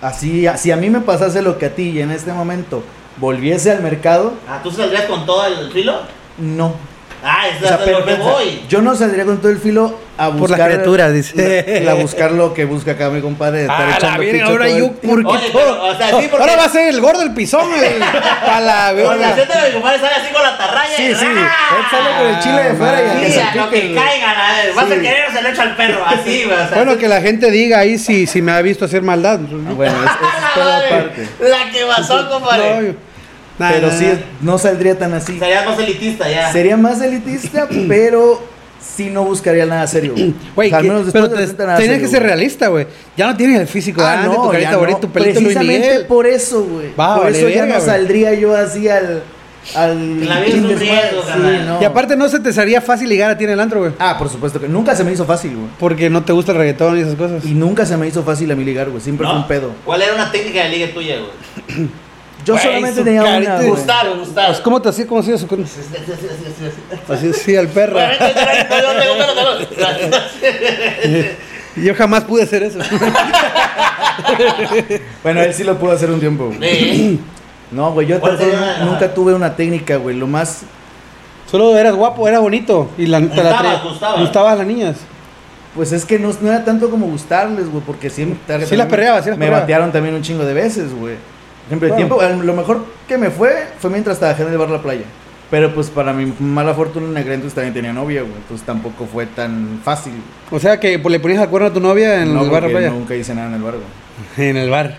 [SPEAKER 1] Así, si a mí me pasase lo que a ti y en este momento volviese al mercado,
[SPEAKER 3] Ah, ¿Tú saldrías con todo el filo?
[SPEAKER 1] no.
[SPEAKER 3] Ah, es
[SPEAKER 1] O sea,
[SPEAKER 3] hasta lo que
[SPEAKER 1] piensa,
[SPEAKER 3] voy.
[SPEAKER 1] yo no saldría con todo el filo a buscar.
[SPEAKER 2] Por las criaturas, dice.
[SPEAKER 1] La, la buscar lo que busca acá mi compadre. de estar
[SPEAKER 2] Ah, la
[SPEAKER 1] echando
[SPEAKER 2] verga,
[SPEAKER 1] picho
[SPEAKER 2] ahora
[SPEAKER 1] todo el
[SPEAKER 2] yo,
[SPEAKER 1] tiempo.
[SPEAKER 2] ¿por qué
[SPEAKER 3] Oye,
[SPEAKER 2] todo?
[SPEAKER 3] pero, o sea, sí, porque-
[SPEAKER 2] Ahora va a ser el gordo el pisón, el para la
[SPEAKER 3] Porque
[SPEAKER 2] verga.
[SPEAKER 3] siete de mi compadre sale así con la tarraya.
[SPEAKER 1] Sí,
[SPEAKER 3] y-
[SPEAKER 1] sí.
[SPEAKER 3] ¡Ah!
[SPEAKER 1] Él sale con el chile de fuera y a que
[SPEAKER 3] Sí,
[SPEAKER 1] se
[SPEAKER 3] a Ah, lo
[SPEAKER 1] pique
[SPEAKER 3] que
[SPEAKER 1] el-
[SPEAKER 3] caigan, a ver, vas a
[SPEAKER 1] Sí.
[SPEAKER 3] querer o se lo echo al perro, así, güey. O sea,
[SPEAKER 2] Bueno, que la gente diga ahí si, si me ha visto hacer maldad.
[SPEAKER 1] Ah, Bueno, es, eso
[SPEAKER 3] ¡Ah,
[SPEAKER 1] es
[SPEAKER 3] la
[SPEAKER 1] todo
[SPEAKER 3] madre!
[SPEAKER 1] aparte.
[SPEAKER 3] La que pasó,
[SPEAKER 2] No,
[SPEAKER 3] compadre.
[SPEAKER 2] yo- Nah,
[SPEAKER 1] Pero
[SPEAKER 2] nah,
[SPEAKER 1] sí,
[SPEAKER 2] nah.
[SPEAKER 1] no saldría tan así.
[SPEAKER 3] Serías más elitista ya.
[SPEAKER 1] Sería más elitista, pero sí no buscaría nada serio. güey.
[SPEAKER 2] Güey,
[SPEAKER 1] O sea, al
[SPEAKER 2] que-
[SPEAKER 1] menos después
[SPEAKER 2] pero
[SPEAKER 1] de
[SPEAKER 2] te-
[SPEAKER 1] los 30 nada
[SPEAKER 2] tienes
[SPEAKER 1] serio,
[SPEAKER 2] que ser
[SPEAKER 1] güey.
[SPEAKER 2] realista, güey. Ya no tienes el físico ah, no, tu carita
[SPEAKER 1] ya
[SPEAKER 2] bonita, tu pelito Luis
[SPEAKER 1] Precisamente
[SPEAKER 2] Miguel.
[SPEAKER 1] por eso, güey.
[SPEAKER 2] Va,
[SPEAKER 1] Por
[SPEAKER 2] vale
[SPEAKER 1] eso ya
[SPEAKER 2] verga,
[SPEAKER 1] no
[SPEAKER 2] güey.
[SPEAKER 1] saldría yo así al. al
[SPEAKER 3] La vida es
[SPEAKER 1] chin
[SPEAKER 3] un
[SPEAKER 1] desmadre.
[SPEAKER 3] riesgo,
[SPEAKER 1] Sí,
[SPEAKER 3] carnal.
[SPEAKER 1] no.
[SPEAKER 2] Y aparte no se te sería fácil ligar a ti en el antro, güey.
[SPEAKER 1] Ah, por supuesto que nunca se me hizo fácil, güey.
[SPEAKER 2] Porque no te gusta el reggaetón y esas cosas.
[SPEAKER 1] Y nunca se me hizo fácil a mí ligar, güey. Siempre
[SPEAKER 3] ¿No?
[SPEAKER 1] fue un pedo.
[SPEAKER 3] ¿Cuál era una técnica de ligue tuya, güey?
[SPEAKER 1] Yo
[SPEAKER 2] Güey,
[SPEAKER 1] solamente
[SPEAKER 2] su
[SPEAKER 1] tenía
[SPEAKER 2] carita
[SPEAKER 1] una.
[SPEAKER 2] de-
[SPEAKER 1] güey.
[SPEAKER 3] Gustavo, Gustavo.
[SPEAKER 2] Pues, ¿Cómo te hacía? ¿Cómo hacía su con-
[SPEAKER 3] Así, así, así, así, así.
[SPEAKER 2] Así sí, al perro.
[SPEAKER 3] Bueno, vete, vete, vete, vete, vete, vete.
[SPEAKER 2] Yo jamás pude hacer eso.
[SPEAKER 1] Bueno, él sí lo pudo hacer un tiempo, güey.
[SPEAKER 3] Sí.
[SPEAKER 1] No, güey, yo
[SPEAKER 3] ¿Cuál
[SPEAKER 1] traté-
[SPEAKER 3] sería la-
[SPEAKER 1] nunca tuve una técnica, güey. Lo más.
[SPEAKER 2] Solo eras guapo, era bonito. Y la, te
[SPEAKER 3] Gustabas,
[SPEAKER 2] la tra-
[SPEAKER 3] gustabas.
[SPEAKER 2] gustabas a las niñas.
[SPEAKER 1] Pues es que no, no era tanto como gustarles, güey, porque siempre...
[SPEAKER 2] Sí las perreaba, sí las
[SPEAKER 1] Me
[SPEAKER 2] perreaba.
[SPEAKER 1] batearon también un chingo de veces, güey. Por ejemplo, el
[SPEAKER 2] Claro.
[SPEAKER 1] tiempo, eh, lo mejor que me fue fue mientras trabajé en el bar La Playa. Pero pues para mi mala fortuna en aquel entonces también tenía novia, güey. Entonces tampoco fue tan fácil.
[SPEAKER 2] O sea que pues, le ponías el cuerno a tu novia en
[SPEAKER 1] No,
[SPEAKER 2] el bar de
[SPEAKER 1] porque
[SPEAKER 2] playa.
[SPEAKER 1] Nunca hice nada en el bar, güey.
[SPEAKER 2] En el bar.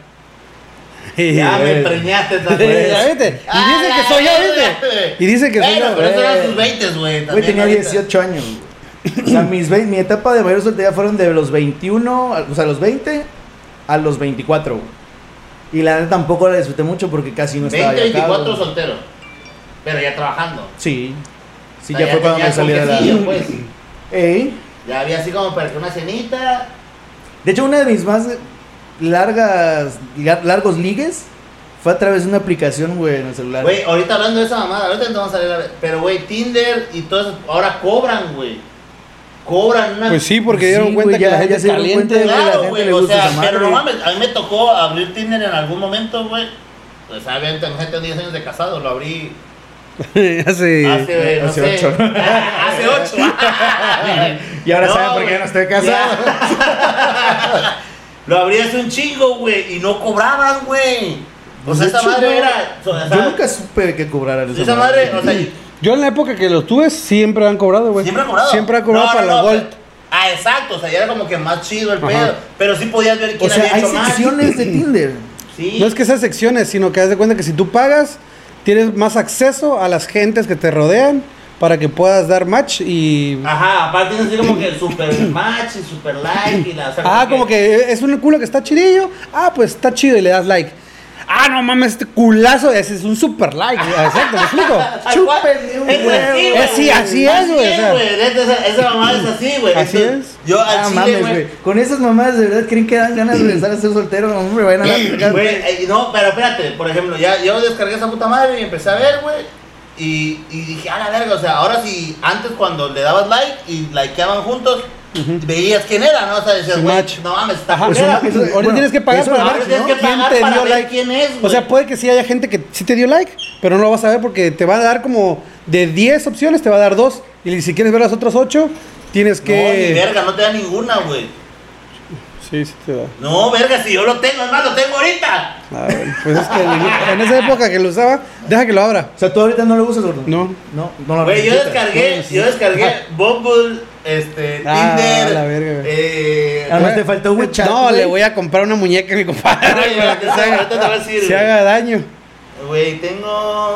[SPEAKER 3] Ya me
[SPEAKER 1] güey.
[SPEAKER 3] preñaste
[SPEAKER 2] Ya viste. Y dicen que soy yo, ¿viste? Y dicen que soy
[SPEAKER 3] Bueno,
[SPEAKER 2] yo.
[SPEAKER 3] pero eso eran
[SPEAKER 1] güey.
[SPEAKER 3] sus 20, güey.
[SPEAKER 1] eh, Güey,
[SPEAKER 3] también
[SPEAKER 1] tenía
[SPEAKER 3] ahorita.
[SPEAKER 1] 18 años, güey. O sea, mis vein- mi etapa de mayor soltería fueron de los 21, a- o sea, los 20 a los 24, güey. Y la neta tampoco la disfruté mucho porque casi no estaba
[SPEAKER 3] 20,
[SPEAKER 1] yo acá,
[SPEAKER 3] 24
[SPEAKER 1] güey.
[SPEAKER 3] soltero. Pero ya trabajando.
[SPEAKER 1] Sí. Sí,
[SPEAKER 3] O
[SPEAKER 1] ya
[SPEAKER 3] sea,
[SPEAKER 1] fue cuando
[SPEAKER 3] ya
[SPEAKER 1] me salí de la...
[SPEAKER 3] confiecillo, pues.
[SPEAKER 1] Ey.
[SPEAKER 3] Ya había así como para que una cenita.
[SPEAKER 1] De hecho, una de mis más largas, lar- largos ligues fue a través de una aplicación, güey, en el celular.
[SPEAKER 3] Güey, ahorita hablando de esa mamada, ahorita no vamos a salir a ver. Pero, güey, Tinder y todo eso, ahora cobran, güey. Cobran una.
[SPEAKER 2] Pues sí, porque
[SPEAKER 1] Sí,
[SPEAKER 2] dieron cuenta
[SPEAKER 1] güey,
[SPEAKER 2] que
[SPEAKER 1] ya-
[SPEAKER 2] la gente
[SPEAKER 1] ya
[SPEAKER 2] es
[SPEAKER 1] se dieron
[SPEAKER 2] caliente.
[SPEAKER 1] cuenta de- la
[SPEAKER 3] Claro,
[SPEAKER 1] gente
[SPEAKER 3] güey,
[SPEAKER 1] le
[SPEAKER 3] o
[SPEAKER 1] gusta
[SPEAKER 3] sea,
[SPEAKER 1] esa madre.
[SPEAKER 3] pero no mames, a mí me tocó abrir Tinder en algún momento, güey. Pues obviamente, gente de 10 años de casado, lo abrí
[SPEAKER 2] Hace-
[SPEAKER 3] hace, no
[SPEAKER 1] eh, hace
[SPEAKER 3] sé, ah,
[SPEAKER 1] ocho.
[SPEAKER 3] hace 8.
[SPEAKER 1] Y ahora saben por qué
[SPEAKER 3] güey.
[SPEAKER 1] no estoy casado.
[SPEAKER 3] Ya. Lo abrías un chingo, güey, y no cobraban, güey. O sea,
[SPEAKER 1] De
[SPEAKER 3] esa
[SPEAKER 1] hecho,
[SPEAKER 3] madre
[SPEAKER 1] no.
[SPEAKER 3] era. o sea,
[SPEAKER 1] Yo nunca supe que cobraran
[SPEAKER 3] Esa madre, o sea,
[SPEAKER 2] Yo en la época que los tuve siempre han cobrado, güey.
[SPEAKER 3] siempre ha cobrado.
[SPEAKER 2] Siempre han cobrado
[SPEAKER 3] No, no,
[SPEAKER 2] para
[SPEAKER 3] no,
[SPEAKER 2] la
[SPEAKER 3] o sea,
[SPEAKER 2] Gold.
[SPEAKER 3] Ah, exacto, o sea, ya era como que más chido el
[SPEAKER 2] Ajá.
[SPEAKER 3] pedo. Pero sí podías ver
[SPEAKER 1] O
[SPEAKER 3] quién
[SPEAKER 1] sea,
[SPEAKER 3] había
[SPEAKER 1] hay
[SPEAKER 3] hecho más.
[SPEAKER 1] secciones de Tinder.
[SPEAKER 3] Sí.
[SPEAKER 2] No es que sean secciones, sino que haz de cuenta que si tú pagas, tienes más acceso a las gentes que te rodean para que puedas dar match y...
[SPEAKER 3] Ajá, aparte es así como que el super match y super like y la. o sea,
[SPEAKER 2] Ah, como que es un culo que está chidillo. Ah, pues está chido y le das like. Ah, no mames, este culazo ese es un super like. Exacto, ¿me explico?
[SPEAKER 3] Tal cual.
[SPEAKER 1] chúpenle un
[SPEAKER 3] Es
[SPEAKER 1] huevo.
[SPEAKER 3] así,
[SPEAKER 2] Es- sí,
[SPEAKER 3] güey.
[SPEAKER 2] así es, güey, o sea.
[SPEAKER 3] neta, Esa, esa mamada es así, güey.
[SPEAKER 2] Así
[SPEAKER 3] Entonces,
[SPEAKER 2] es.
[SPEAKER 3] Yo al
[SPEAKER 1] Ah,
[SPEAKER 3] chile,
[SPEAKER 1] mames,
[SPEAKER 3] güey,
[SPEAKER 1] güey. Con esas mamadas de verdad creen que dan ganas de regresar a ser soltero. Hombre, vayan a la verga.
[SPEAKER 3] Güey, eh, no, pero espérate, por ejemplo, ya yo descargué esa puta madre y empecé a ver, güey. Y, y dije, a la verga, o sea, ahora sí, antes cuando le dabas like y likeaban juntos, veías quién era, ¿no? O sea, decías,
[SPEAKER 2] Su
[SPEAKER 3] güey,
[SPEAKER 2] match.
[SPEAKER 3] no mames, está
[SPEAKER 2] Ajá,
[SPEAKER 1] Pues
[SPEAKER 3] culera.
[SPEAKER 1] una- eso-
[SPEAKER 2] ahorita
[SPEAKER 1] bueno,
[SPEAKER 2] tienes que pagar
[SPEAKER 1] eso
[SPEAKER 2] para
[SPEAKER 3] Ahora
[SPEAKER 2] ver
[SPEAKER 3] tienes que
[SPEAKER 2] ¿no? quién
[SPEAKER 3] pagar
[SPEAKER 2] te
[SPEAKER 3] para
[SPEAKER 2] dio
[SPEAKER 3] ver
[SPEAKER 2] like.
[SPEAKER 3] quién es, güey.
[SPEAKER 2] O sea, puede que sí haya gente que sí te dio like, pero no lo vas a ver porque te va a dar como de 10 opciones, te va a dar dos. Y si quieres ver las otras 8, tienes
[SPEAKER 3] No, ni
[SPEAKER 2] que.
[SPEAKER 3] verga, no te da ninguna, güey.
[SPEAKER 2] sí, sí te da.
[SPEAKER 3] No, verga, si yo lo tengo, es más, lo tengo ahorita.
[SPEAKER 2] Ah, bueno, pues es que en esa época que lo usaba, deja que lo abra.
[SPEAKER 1] O sea, tú ahorita no lo usas, gordo.
[SPEAKER 2] No.
[SPEAKER 1] No, no lo
[SPEAKER 3] Güey, yo
[SPEAKER 1] necesitas.
[SPEAKER 3] descargué, yo descargué Bumble, este,
[SPEAKER 2] Ah,
[SPEAKER 3] Tinder,
[SPEAKER 2] la verga, güey. Ah,
[SPEAKER 3] eh,
[SPEAKER 1] Además te faltó WeChat.
[SPEAKER 2] No,
[SPEAKER 1] güey.
[SPEAKER 2] le voy a comprar una muñeca a mi compadre.
[SPEAKER 3] Ay, güey,
[SPEAKER 2] para que se
[SPEAKER 3] ahorita- ahorita te voy a
[SPEAKER 2] haga,
[SPEAKER 3] decir,
[SPEAKER 2] se
[SPEAKER 3] güey.
[SPEAKER 2] haga daño.
[SPEAKER 3] Güey, tengo.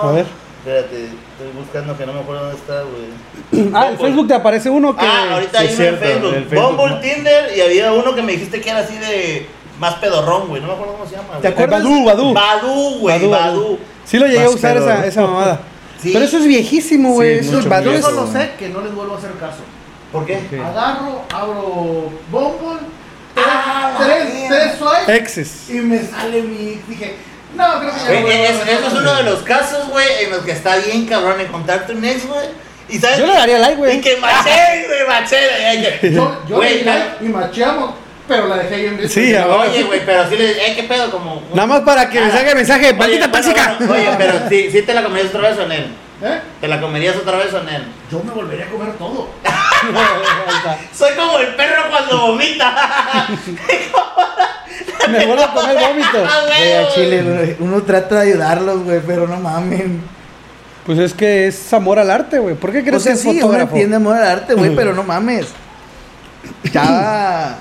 [SPEAKER 2] A ver.
[SPEAKER 3] Espérate, estoy buscando que no me acuerdo dónde está, güey.
[SPEAKER 2] Ah, en Facebook te aparece uno que.
[SPEAKER 3] pues. Ah, ahorita
[SPEAKER 1] Sí,
[SPEAKER 3] hay
[SPEAKER 1] es
[SPEAKER 3] uno en
[SPEAKER 1] cierto,
[SPEAKER 3] Facebook.
[SPEAKER 1] el Facebook,
[SPEAKER 3] Bumble,
[SPEAKER 1] ¿no?
[SPEAKER 3] Tinder y había uno que me dijiste que era así de. Más pedorrón, güey. No me acuerdo cómo se llama.
[SPEAKER 2] ¿Te
[SPEAKER 3] güey.
[SPEAKER 2] acuerdas? Badú, Badú.
[SPEAKER 3] Badú, güey.
[SPEAKER 2] Badoo,
[SPEAKER 3] Badú.
[SPEAKER 2] Badoo. Sí lo llegué a
[SPEAKER 1] Más
[SPEAKER 2] usar
[SPEAKER 1] pedo,
[SPEAKER 2] esa,
[SPEAKER 1] ¿no?
[SPEAKER 2] esa mamada.
[SPEAKER 3] Sí.
[SPEAKER 2] Pero eso es viejísimo, güey.
[SPEAKER 1] Sí,
[SPEAKER 2] eso es
[SPEAKER 1] mucho
[SPEAKER 2] badú.
[SPEAKER 4] Yo
[SPEAKER 1] viejo.
[SPEAKER 4] solo sé que no les vuelvo a hacer caso.
[SPEAKER 3] ¿Por qué?
[SPEAKER 1] Sí.
[SPEAKER 4] Agarro, abro Bumble, tres,
[SPEAKER 3] Ah, la
[SPEAKER 4] tres, tres swipes
[SPEAKER 2] Exes.
[SPEAKER 4] y me sale mi. Dije, no, creo que ya
[SPEAKER 3] Güey,
[SPEAKER 4] no voy a
[SPEAKER 3] eh, eso,
[SPEAKER 4] volver a
[SPEAKER 3] eso es
[SPEAKER 4] hacer
[SPEAKER 3] uno de los casos, güey, en los que está bien cabrón encontrarte un ex, güey. Y sabes.
[SPEAKER 2] Yo le daría like,
[SPEAKER 3] Y
[SPEAKER 2] güey.
[SPEAKER 3] que maché, güey, maché. y
[SPEAKER 4] Yo, yo
[SPEAKER 3] Güey,
[SPEAKER 4] le di like y macheamos, pero la dejé yo en visto.
[SPEAKER 2] Sí,
[SPEAKER 4] Y
[SPEAKER 2] a
[SPEAKER 4] no,
[SPEAKER 2] huevo.
[SPEAKER 3] Oye, güey, pero sí le. Eh, ¿Qué pedo? Como.
[SPEAKER 2] Nada más para que me
[SPEAKER 3] Ah.
[SPEAKER 2] saque el mensaje,
[SPEAKER 3] Oye,
[SPEAKER 2] maldita
[SPEAKER 3] pero
[SPEAKER 2] tóxica.
[SPEAKER 3] bueno, Oye, pero sí, sí te la comerías otra vez, Onel.
[SPEAKER 4] ¿eh?
[SPEAKER 3] Te la comerías otra vez, Onel.
[SPEAKER 4] Yo me volvería a comer todo.
[SPEAKER 3] Soy como el perro cuando vomita.
[SPEAKER 2] Me vuelvo a comer vómito.
[SPEAKER 3] Ah, güey,
[SPEAKER 1] Güey, a
[SPEAKER 3] güey.
[SPEAKER 1] Chile, güey, uno trata de ayudarlos, güey, pero no mamen.
[SPEAKER 2] Pues es que es amor al arte, güey. ¿Por qué crees
[SPEAKER 1] O sea,
[SPEAKER 2] que es
[SPEAKER 1] Pues sí, uno
[SPEAKER 2] fotógrafo?
[SPEAKER 1] entiende amor al arte, güey, pero no mames. Ya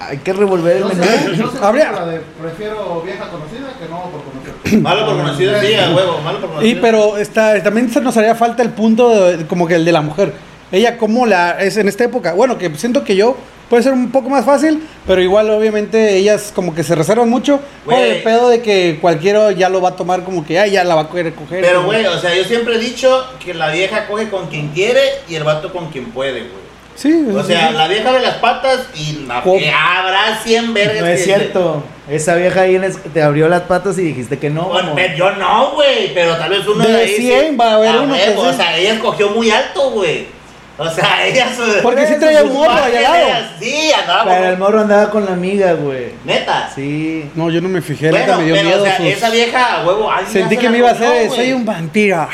[SPEAKER 1] hay que revolver el
[SPEAKER 4] Yo
[SPEAKER 1] menú.
[SPEAKER 4] sé- yo sé que
[SPEAKER 2] Habría-
[SPEAKER 4] la de prefiero vieja conocida que no por conocer.
[SPEAKER 3] Malo por conocido, sí, a huevo, malo por conocido.
[SPEAKER 2] Y pero está, también se nos haría falta el punto de- como que el de la mujer. Ella cómo la es en esta época. Bueno, que siento que yo puede ser un poco más fácil, pero igual obviamente ellas como que se reservan mucho con
[SPEAKER 3] Güey.
[SPEAKER 2] el pedo de que cualquiera ya lo va a tomar como que ay, ya la va a querer coger.
[SPEAKER 3] Pero, güey, o sea, yo siempre he dicho que la vieja coge con quien quiere y el vato con quien puede, güey.
[SPEAKER 2] Sí,
[SPEAKER 3] O
[SPEAKER 2] sí,
[SPEAKER 3] sea,
[SPEAKER 2] sí.
[SPEAKER 3] la vieja de las patas y la
[SPEAKER 2] Co-
[SPEAKER 3] que habrá 100 vergas.
[SPEAKER 1] No es
[SPEAKER 3] que-
[SPEAKER 1] cierto. Esa vieja ahí en es- te abrió las patas y dijiste que no.
[SPEAKER 3] Bueno,
[SPEAKER 1] amor.
[SPEAKER 3] pero yo no, güey, pero tal vez uno
[SPEAKER 2] De
[SPEAKER 3] ahí sí.
[SPEAKER 2] 100 va a haber uno que
[SPEAKER 3] huevo, O
[SPEAKER 2] sí.
[SPEAKER 3] sea, ella escogió muy alto, güey. O sea, ella su-
[SPEAKER 2] Porque sí
[SPEAKER 3] sus
[SPEAKER 2] traía un morro ahí al lado.
[SPEAKER 3] patas, Sí, andaba
[SPEAKER 1] Pero el
[SPEAKER 3] con...
[SPEAKER 1] morro andaba con la amiga, güey.
[SPEAKER 3] Neta.
[SPEAKER 1] Sí.
[SPEAKER 2] No, yo no me fijé, neta,
[SPEAKER 3] Bueno,
[SPEAKER 2] me dio
[SPEAKER 3] pero
[SPEAKER 2] miedo.
[SPEAKER 3] o sea,
[SPEAKER 2] sus-
[SPEAKER 3] esa vieja, a huevo, alguien
[SPEAKER 2] Sentí
[SPEAKER 3] ya
[SPEAKER 2] que
[SPEAKER 3] se
[SPEAKER 2] me
[SPEAKER 3] la
[SPEAKER 2] iba a hacer,
[SPEAKER 3] comió, güey.
[SPEAKER 2] soy un vampiro.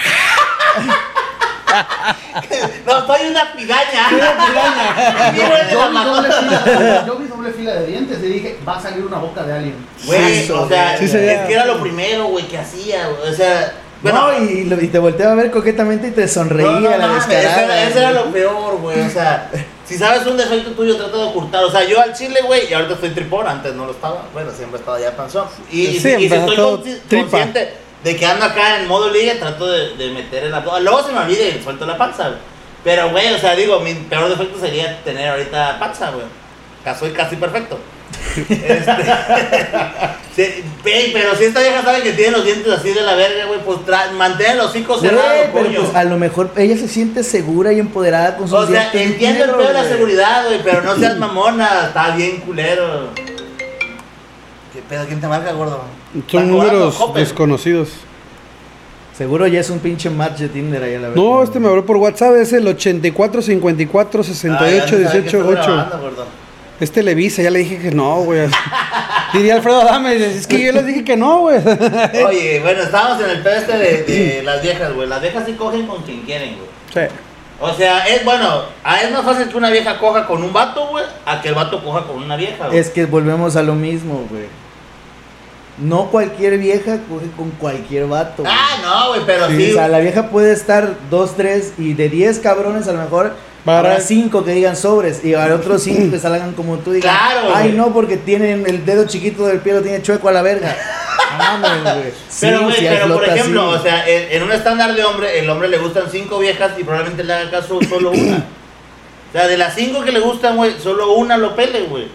[SPEAKER 3] No, soy una piraña. Sí,
[SPEAKER 4] Yo,
[SPEAKER 3] güey, de la
[SPEAKER 4] yo vi doble
[SPEAKER 3] macota.
[SPEAKER 4] fila, yo vi doble fila de dientes y dije, va a salir una boca de alien.
[SPEAKER 3] Güey,
[SPEAKER 1] Sí,
[SPEAKER 3] o sea,
[SPEAKER 2] sí,
[SPEAKER 3] es
[SPEAKER 2] se veía.
[SPEAKER 3] que era lo primero, güey, que hacía, güey. O sea, bueno,
[SPEAKER 1] no, y, lo- y te volteaba a ver coquetamente y te sonreía
[SPEAKER 3] no, no
[SPEAKER 1] la
[SPEAKER 3] mames,
[SPEAKER 1] descarada.
[SPEAKER 3] Eso era, eso era
[SPEAKER 1] güey.
[SPEAKER 3] lo peor, güey. O sea, si sabes un defecto tuyo, trata de ocultarlo. O sea, yo al chile, güey, y ahorita estoy tripón. Antes no lo estaba. Bueno, siempre estaba ya panzón. Y, y si- y si
[SPEAKER 2] Siempre,
[SPEAKER 3] estoy
[SPEAKER 2] todo
[SPEAKER 3] consci-
[SPEAKER 2] tripa.
[SPEAKER 3] consciente de que ando acá en modo liga, trato de, de meter el abdomen. Luego se me olvida y suelto la panza, güey. Pero, güey, o sea, digo, mi peor defecto sería tener ahorita panza, güey. Ca- Soy casi perfecto. Este, sí, güey, pero si esta vieja sabe que tiene los dientes así de la verga, güey, pues tra- mantén los hijos
[SPEAKER 1] Güey,
[SPEAKER 3] cerrados,
[SPEAKER 1] pero
[SPEAKER 3] coño.
[SPEAKER 1] pues, a lo mejor ella se siente segura y empoderada con sus
[SPEAKER 3] O sea,
[SPEAKER 1] dientes
[SPEAKER 3] entiendo el
[SPEAKER 1] negros,
[SPEAKER 3] pedo de la
[SPEAKER 1] güey.
[SPEAKER 3] seguridad, güey, pero no seas mamona, está bien culero. ¿Qué pedo? ¿Quién te marca, gordo?
[SPEAKER 2] Son
[SPEAKER 3] ¿Están
[SPEAKER 2] números
[SPEAKER 3] cobrando, Hopper?
[SPEAKER 2] desconocidos.
[SPEAKER 1] Seguro ya es un pinche match de Tinder ahí a la verga.
[SPEAKER 2] No, este me habló por WhatsApp, es el 84 54
[SPEAKER 3] Ah, ya
[SPEAKER 2] 68
[SPEAKER 3] no sabe qué
[SPEAKER 2] 18 8.
[SPEAKER 3] estoy grabando, gordo.
[SPEAKER 2] Es Televisa, ya le dije que no, güey. Diría Alfredo Adame, dice, es que yo les dije que no, güey.
[SPEAKER 3] Oye, bueno, estábamos en el pedo este de, de las viejas, güey. Las viejas sí cogen con quien quieren, güey.
[SPEAKER 2] Sí.
[SPEAKER 3] O sea, es bueno, ah, es más fácil que una vieja coja con un vato, güey, a que el vato coja con una vieja, güey.
[SPEAKER 1] Es que volvemos a lo mismo, güey. No cualquier vieja coge con cualquier vato. güey.
[SPEAKER 3] Ah, no, güey, pero sí.
[SPEAKER 1] O sea, la vieja puede estar dos, tres y de diez cabrones a lo mejor
[SPEAKER 2] Para-
[SPEAKER 1] para cinco que digan sobres y para otros cinco que salgan como tú digas.
[SPEAKER 3] Claro,
[SPEAKER 1] Ay,
[SPEAKER 3] güey.
[SPEAKER 1] no, porque tienen el dedo chiquito del pie lo tiene chueco a la verga. No mames, güey.
[SPEAKER 3] pero,
[SPEAKER 1] Sí,
[SPEAKER 3] güey,
[SPEAKER 1] sí hay
[SPEAKER 3] pero por
[SPEAKER 1] flotas,
[SPEAKER 3] ejemplo,
[SPEAKER 1] sí.
[SPEAKER 3] o sea, en, en un estándar de hombre, el hombre le gustan cinco viejas y probablemente le haga caso solo una. O sea, de las cinco que le gustan, güey, solo una lo pele, güey.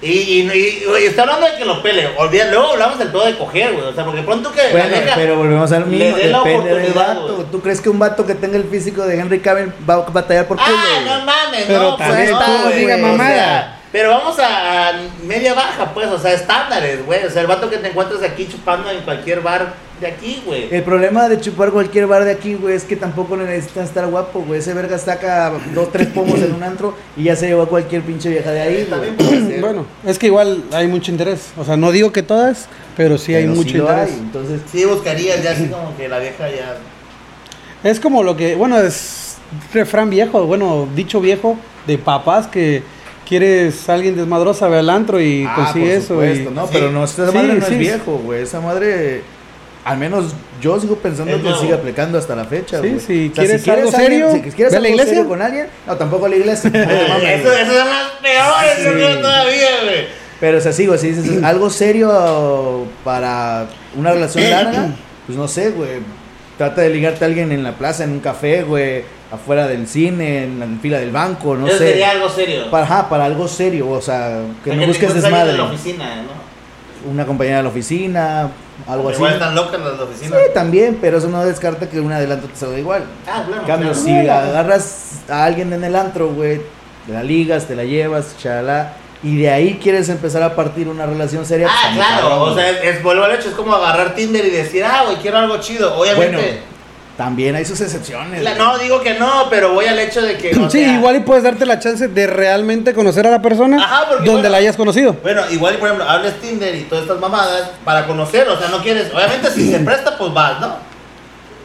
[SPEAKER 3] Y, y, y, güey, está hablando de que lo pele. Olvida, luego hablamos del todo de coger, güey. O sea, porque pronto que. la
[SPEAKER 1] Bueno,
[SPEAKER 3] vieja-
[SPEAKER 1] pero volvemos a lo
[SPEAKER 3] le
[SPEAKER 1] mismo.
[SPEAKER 3] dé la
[SPEAKER 1] Depende del
[SPEAKER 3] oportunidad,
[SPEAKER 1] vato.
[SPEAKER 3] güey.
[SPEAKER 1] ¿Tú crees que un vato que tenga el físico de Henry Cavill va a batallar por culo?
[SPEAKER 3] Ah,
[SPEAKER 1] güey?
[SPEAKER 3] no mames,
[SPEAKER 2] Pero
[SPEAKER 3] no, pues
[SPEAKER 2] también
[SPEAKER 3] no,
[SPEAKER 2] tú
[SPEAKER 3] güey,
[SPEAKER 2] diga
[SPEAKER 3] o
[SPEAKER 2] mamada.
[SPEAKER 3] sea, pero vamos a, a media baja, pues, o sea, estándares, güey. O sea, el vato que te encuentras aquí chupando en cualquier bar de aquí, güey.
[SPEAKER 1] El problema de chupar cualquier bar de aquí, güey, es que tampoco necesitan estar guapo, güey. Ese verga saca dos, tres pomos en un antro y ya se llevó a cualquier pinche vieja de ahí,
[SPEAKER 3] También
[SPEAKER 1] güey.
[SPEAKER 3] puede ser.
[SPEAKER 2] Bueno, es que igual hay mucho interés. O sea, no digo que todas, pero sí hay
[SPEAKER 1] Pero
[SPEAKER 2] mucho
[SPEAKER 1] sí lo
[SPEAKER 2] interés.
[SPEAKER 1] hay, entonces,
[SPEAKER 3] Sí, buscarías ya así como que la vieja ya.
[SPEAKER 2] Es como lo que, bueno, es refrán viejo, bueno, dicho viejo de papás que quieres a alguien desmadrosa, ve al antro y
[SPEAKER 1] Ah,
[SPEAKER 2] consigue
[SPEAKER 1] por
[SPEAKER 2] eso.
[SPEAKER 1] supuesto,
[SPEAKER 2] y-
[SPEAKER 1] no,
[SPEAKER 3] Sí.
[SPEAKER 1] pero no, esa
[SPEAKER 2] Sí,
[SPEAKER 1] madre no
[SPEAKER 2] sí.
[SPEAKER 1] es viejo, güey. Esa madre, al menos yo sigo pensando
[SPEAKER 3] Es
[SPEAKER 1] que
[SPEAKER 3] nuevo.
[SPEAKER 1] sigue aplicando hasta la fecha,
[SPEAKER 2] Sí,
[SPEAKER 1] güey.
[SPEAKER 2] si quieres algo
[SPEAKER 1] alguien-
[SPEAKER 2] serio,
[SPEAKER 1] si quieres
[SPEAKER 2] ve a la
[SPEAKER 1] algo
[SPEAKER 2] iglesia.
[SPEAKER 1] serio con alguien, no, tampoco a la iglesia. No, mames,
[SPEAKER 3] Eso-
[SPEAKER 1] güey.
[SPEAKER 3] Esas son las peores, yo
[SPEAKER 1] Sí.
[SPEAKER 3] creo, todavía, güey.
[SPEAKER 1] Pero o sea, sí, güey, si dices algo serio para una relación larga, pues no sé, güey. Trata de ligarte a alguien en la plaza, en un café, güey, afuera del cine, en la fila del banco, no
[SPEAKER 3] Eso
[SPEAKER 1] sé.
[SPEAKER 3] sería algo serio.
[SPEAKER 1] Para, ajá, para algo serio, o sea, que
[SPEAKER 3] O sea,
[SPEAKER 1] no
[SPEAKER 3] te
[SPEAKER 1] busques
[SPEAKER 3] encuentras alguien
[SPEAKER 1] desmadre.
[SPEAKER 3] En la oficina, ¿no?
[SPEAKER 1] Una compañera de la oficina, algo así.
[SPEAKER 3] Igual están locas las
[SPEAKER 1] Sí,
[SPEAKER 3] oficinas.
[SPEAKER 1] también, pero eso no descarta que un adelanto te salga igual.
[SPEAKER 3] Ah, claro.
[SPEAKER 1] En cambio,
[SPEAKER 3] claro.
[SPEAKER 1] si agarras a alguien en el antro, güey, te la ligas, te la llevas, chala, y de ahí quieres empezar a partir una relación seria.
[SPEAKER 3] Ah,
[SPEAKER 1] pues, está muy
[SPEAKER 3] claro,
[SPEAKER 1] cabrón,
[SPEAKER 3] o
[SPEAKER 1] güey.
[SPEAKER 3] sea, es, es- vuelvo al hecho, es como agarrar Tinder y decir, ah, güey, quiero algo chido. Obviamente,
[SPEAKER 1] Bueno, también hay sus excepciones.
[SPEAKER 3] La-
[SPEAKER 1] güey.
[SPEAKER 3] no, digo que no, pero voy al hecho de que. o
[SPEAKER 2] Sí,
[SPEAKER 3] sea,
[SPEAKER 2] igual y puedes darte la chance de realmente conocer a la persona
[SPEAKER 3] Ajá, porque,
[SPEAKER 2] donde
[SPEAKER 3] bueno,
[SPEAKER 2] la hayas conocido.
[SPEAKER 3] Bueno, igual, y, por ejemplo, hables Tinder y todas estas mamadas para conocer, o sea, no quieres. Obviamente, si se presta, pues vas, ¿no?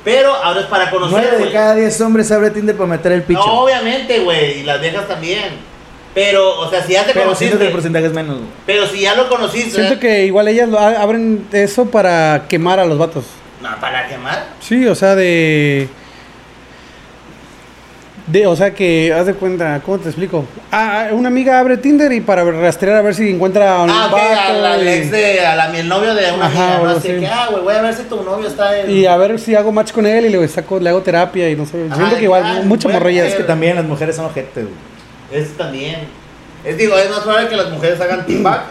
[SPEAKER 3] Pero abres para conocer.
[SPEAKER 1] Nueve de
[SPEAKER 3] güey.
[SPEAKER 1] cada diez hombres abre Tinder para meter el picho.
[SPEAKER 3] No, obviamente, güey, y las viejas también. Pero, o sea, si ya te
[SPEAKER 1] pero siento que
[SPEAKER 3] conociste.
[SPEAKER 1] el porcentaje es menos. güey.
[SPEAKER 3] Pero si ya lo conociste.
[SPEAKER 2] Siento que igual ellas lo a- abren eso para quemar a los vatos.
[SPEAKER 3] No, para quemar.
[SPEAKER 2] Sí, o sea, de. De, o sea que, haz de cuenta, ¿cómo te explico? Ah, ah, una amiga abre Tinder y para rastrear a ver si encuentra a un
[SPEAKER 3] Ah, ok, a
[SPEAKER 2] vato
[SPEAKER 3] la al
[SPEAKER 2] y-
[SPEAKER 3] ex de. A la, mi- el novio de una
[SPEAKER 2] Ajá,
[SPEAKER 3] amiga, ¿no?
[SPEAKER 2] bueno,
[SPEAKER 3] Así
[SPEAKER 2] sí.
[SPEAKER 3] que, ah, güey, voy a ver si tu novio está. En...
[SPEAKER 2] Y a ver si hago match con él y le saco, le hago terapia y no sé.
[SPEAKER 3] Ajá,
[SPEAKER 2] Siento que igual,
[SPEAKER 3] ah,
[SPEAKER 2] muchas
[SPEAKER 3] bueno,
[SPEAKER 2] morrillas.
[SPEAKER 1] Es que también las mujeres son ojetes, güey.
[SPEAKER 3] Eso también. Es digo, es más probable que las mujeres hagan team back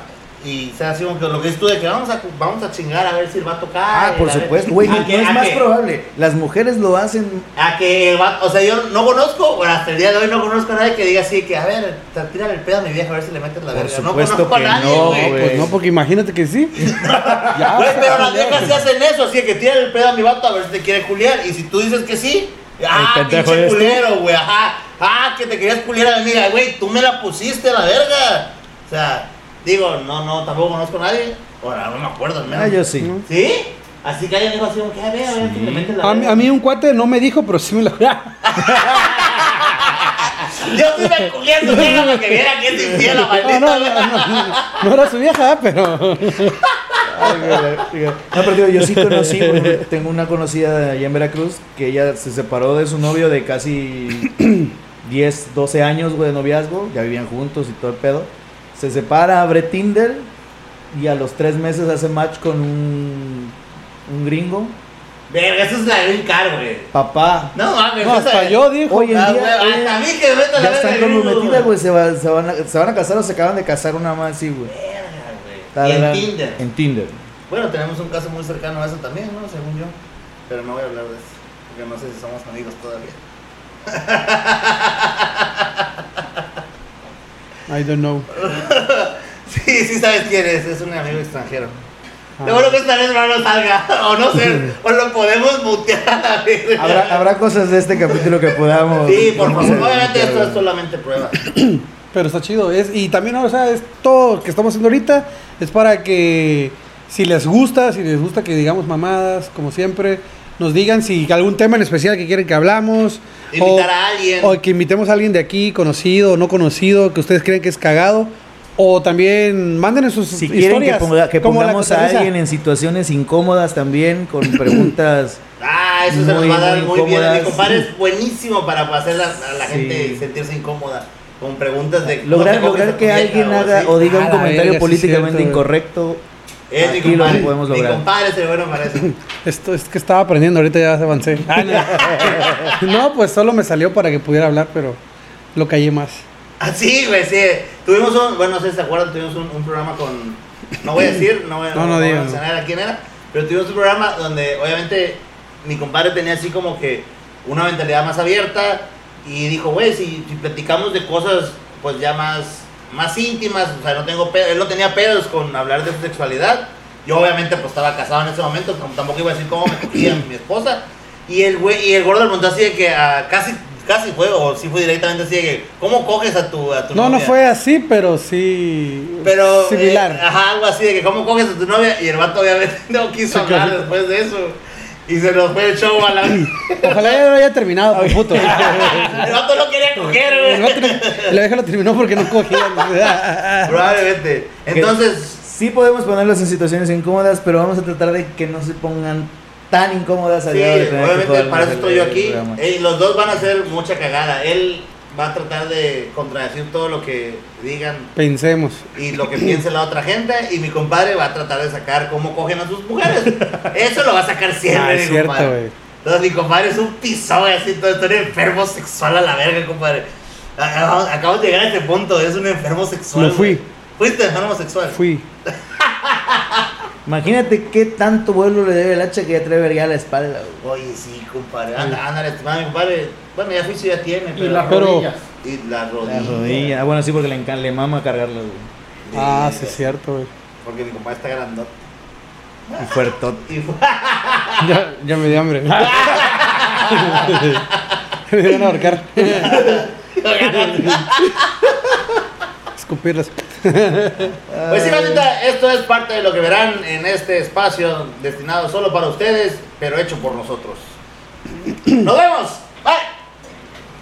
[SPEAKER 3] y sea así como que lo que es tú de que vamos a, vamos a chingar a ver si el vato cae.
[SPEAKER 1] Ah, por
[SPEAKER 3] a ver-
[SPEAKER 1] supuesto, güey,
[SPEAKER 3] a
[SPEAKER 1] no, no
[SPEAKER 3] que-
[SPEAKER 1] es
[SPEAKER 3] a
[SPEAKER 1] más
[SPEAKER 3] que-
[SPEAKER 1] probable. Las mujeres lo hacen
[SPEAKER 3] A que el vato, o sea, yo no conozco, bueno, hasta el día de hoy no conozco a nadie que diga así que, a ver, te- tírale el pedo a mi vieja a ver si le metes la
[SPEAKER 1] Por
[SPEAKER 3] verga.
[SPEAKER 1] supuesto
[SPEAKER 3] no conozco
[SPEAKER 1] que
[SPEAKER 3] a nadie,
[SPEAKER 1] no,
[SPEAKER 3] güey.
[SPEAKER 1] güey. Ah,
[SPEAKER 2] Pues no, porque imagínate que sí. Ya,
[SPEAKER 3] Güey,
[SPEAKER 2] o sea,
[SPEAKER 3] pero las viejas sí hacen eso, así que tírale el pedo a mi vato a ver si te quiere culiar. Y si tú dices que sí, ah,
[SPEAKER 1] El pendejo
[SPEAKER 3] pinche
[SPEAKER 1] este. eres tú.
[SPEAKER 3] culero, güey, ajá. Ah, que te querías culiar a mi amiga, güey, tú me la pusiste a la verga. O sea, digo, no, no, tampoco conozco a nadie. Ahora, no me acuerdo, al menos.
[SPEAKER 1] Ah, yo sí.
[SPEAKER 2] No.
[SPEAKER 3] ¿Sí? Así que alguien dijo así, como que a ver, a ver, si te metes la
[SPEAKER 2] A mí,
[SPEAKER 3] verga.
[SPEAKER 2] a mí un cuate no me dijo, pero sí me lo. Ah,
[SPEAKER 3] Yo sí me culié a su vieja para que viera que es infiel la maldita.
[SPEAKER 2] No, no, no, no, no era su vieja, pero.
[SPEAKER 1] Ay, güey, güey. No, pero digo, yo sí conocí, güey, tengo una conocida de allá en Veracruz que ella se separó de su novio de casi 10, 12 años, güey, de noviazgo, ya vivían juntos y todo el pedo. Se separa, abre Tinder y a los tres meses hace match con un, un gringo.
[SPEAKER 3] Verga, eso es la green card, güey.
[SPEAKER 1] Papá,
[SPEAKER 3] No mames,
[SPEAKER 2] No,
[SPEAKER 3] esa-
[SPEAKER 2] hasta yo dijo.
[SPEAKER 1] hoy en
[SPEAKER 3] Ah,
[SPEAKER 1] día
[SPEAKER 3] güey,
[SPEAKER 1] eh,
[SPEAKER 3] hasta a mí que me meta la
[SPEAKER 1] ya
[SPEAKER 3] verga.
[SPEAKER 1] están
[SPEAKER 3] el gringo,
[SPEAKER 1] comprometidas,
[SPEAKER 3] güey.
[SPEAKER 1] güey, se, va- se van a, se van a casar o se acaban de casar una más así, güey.
[SPEAKER 3] Verga, güey. Y en
[SPEAKER 1] Tardan-
[SPEAKER 3] Tinder.
[SPEAKER 1] En Tinder.
[SPEAKER 3] Bueno, tenemos un caso muy cercano a eso también, ¿no? Según yo. Pero no voy a hablar de eso. Porque no sé si somos amigos todavía.
[SPEAKER 2] I don't know.
[SPEAKER 3] Sí, sí sabes quién es. Es un amigo extranjero.
[SPEAKER 2] Ah.
[SPEAKER 3] Seguro que esta vez no lo salga. O no sé. o lo podemos mutear a la verga.
[SPEAKER 1] Habrá, habrá cosas de este capítulo que podamos.
[SPEAKER 3] Sí, por favor.
[SPEAKER 1] podamos
[SPEAKER 3] Obviamente esto
[SPEAKER 1] editar,
[SPEAKER 3] es solamente prueba.
[SPEAKER 2] Pero está chido. Es, y también, o sea, es todo lo que estamos haciendo ahorita es para que si les gusta, si les gusta que digamos mamadas, como siempre, nos digan si algún tema en especial que quieren que hablamos.
[SPEAKER 3] Invitar a alguien.
[SPEAKER 2] O que invitemos a alguien de aquí, conocido o no conocido, que ustedes creen que es cagado. O también manden sus
[SPEAKER 1] Si quieren que,
[SPEAKER 2] Pues, historias.
[SPEAKER 1] ponga- que
[SPEAKER 2] como la
[SPEAKER 1] pongamos a
[SPEAKER 2] cotorriza.
[SPEAKER 1] alguien en situaciones incómodas también, con preguntas.
[SPEAKER 3] Ah, eso se
[SPEAKER 1] Muy,
[SPEAKER 3] nos va a dar
[SPEAKER 1] muy
[SPEAKER 3] muy, bien.
[SPEAKER 1] incómodas.
[SPEAKER 3] Mi compadre es buenísimo para hacer la- a la
[SPEAKER 1] Sí.
[SPEAKER 3] gente sentirse incómoda con preguntas de.
[SPEAKER 1] lograr
[SPEAKER 3] no te comes
[SPEAKER 1] lograr
[SPEAKER 3] a tu
[SPEAKER 1] que
[SPEAKER 3] vieja
[SPEAKER 1] alguien
[SPEAKER 3] o
[SPEAKER 1] haga
[SPEAKER 3] así.
[SPEAKER 1] o diga
[SPEAKER 2] A
[SPEAKER 1] un
[SPEAKER 2] la
[SPEAKER 1] comentario
[SPEAKER 2] verga, sí es
[SPEAKER 1] políticamente
[SPEAKER 2] cierto, güey.
[SPEAKER 1] incorrecto.
[SPEAKER 3] Es mi
[SPEAKER 1] Aquí lo
[SPEAKER 3] compadre.
[SPEAKER 1] podemos
[SPEAKER 3] mi
[SPEAKER 1] lograr.
[SPEAKER 3] compadre es el bueno para eso.
[SPEAKER 2] Esto es que estaba aprendiendo, ahorita ya avancé. Ah, no. no, pues solo me salió para que pudiera hablar, pero lo callé más.
[SPEAKER 3] Así, güey, Ah, sí. Tuvimos un, bueno, no sé si se acuerdan, tuvimos un, un programa con, no voy a decir, no voy,
[SPEAKER 2] No, no
[SPEAKER 3] voy
[SPEAKER 2] digan.
[SPEAKER 3] a mencionar a quién era, pero tuvimos un programa donde obviamente mi compadre tenía así como que una mentalidad más abierta y dijo, güey, si, si platicamos de cosas pues ya más, más íntimas, o sea, no tengo pedo, él no tenía pedos con hablar de su sexualidad, yo obviamente pues estaba casado en ese momento, como tampoco iba a decir cómo me cogía mi esposa, y el güey, y el gordo le preguntó así de que ah, casi, casi fue, o sí fue directamente así de que, ¿cómo coges a tu, a tu
[SPEAKER 2] No, no
[SPEAKER 3] novia?"
[SPEAKER 2] fue así, pero sí.
[SPEAKER 3] Pero,
[SPEAKER 2] Similar.
[SPEAKER 3] eh, ajá, algo así de que cómo coges a tu novia y el vato obviamente no quiso
[SPEAKER 2] Sí,
[SPEAKER 3] hablar
[SPEAKER 2] claro.
[SPEAKER 3] después de eso. Y se nos fue el show a la El
[SPEAKER 2] Ojalá ya lo haya terminado, por puto.
[SPEAKER 3] vato no quería coger,
[SPEAKER 2] El
[SPEAKER 3] güey.
[SPEAKER 2] vato no- La vieja lo terminó porque no cogía.
[SPEAKER 3] Probablemente. Entonces,
[SPEAKER 1] Sí podemos ponerlos en situaciones incómodas, pero vamos a tratar de que no se pongan tan incómodas al
[SPEAKER 3] sí,
[SPEAKER 1] grado de tener que
[SPEAKER 3] obviamente
[SPEAKER 1] jodernos
[SPEAKER 3] para eso
[SPEAKER 1] el-
[SPEAKER 3] estoy yo
[SPEAKER 1] el
[SPEAKER 3] aquí.
[SPEAKER 1] programa.
[SPEAKER 3] Eh, Y los dos van a hacer mucha cagada. Él va a tratar de contradecir todo lo que digan
[SPEAKER 2] Pensemos.
[SPEAKER 3] y lo que piense la otra gente. Y mi compadre va a tratar de sacar cómo cogen a sus mujeres. Eso lo va a sacar
[SPEAKER 2] Ah,
[SPEAKER 3] siempre,
[SPEAKER 2] es
[SPEAKER 3] mi
[SPEAKER 2] cierto,
[SPEAKER 3] compadre.
[SPEAKER 2] güey.
[SPEAKER 3] Entonces, mi compadre es un pisado güey, así, todo, todo un enfermo sexual a la verga, compadre. Acabamos, acabamos de llegar a este punto, es un enfermo sexual.
[SPEAKER 2] Lo fui.
[SPEAKER 3] güey. Fuiste enfermo sexual.
[SPEAKER 2] Fui.
[SPEAKER 1] Imagínate qué tanto vuelo le debe el hacha que ya trae verga a la espalda. güey.
[SPEAKER 3] Oye, sí, compadre. Anda, anda, estimado, mi compadre. Bueno, ya juicio ya tiene,
[SPEAKER 4] Y
[SPEAKER 3] pero.
[SPEAKER 4] las
[SPEAKER 2] Pero-
[SPEAKER 4] rodillas.
[SPEAKER 3] y la rodilla.
[SPEAKER 1] La rodilla. Ah, bueno, sí, porque le, encan- le mama cargarla, güey.
[SPEAKER 2] Ah, sí, es cierto, güey.
[SPEAKER 3] Porque mi compadre está grandote.
[SPEAKER 1] Y fuertote.
[SPEAKER 3] Y fue-
[SPEAKER 2] Ya, ya me dio hambre. me iban a ahorcar. Escupirlas.
[SPEAKER 3] Pues sí, la neta, esto es parte de lo que verán en este espacio destinado solo para ustedes, pero hecho por nosotros. ¡Nos vemos!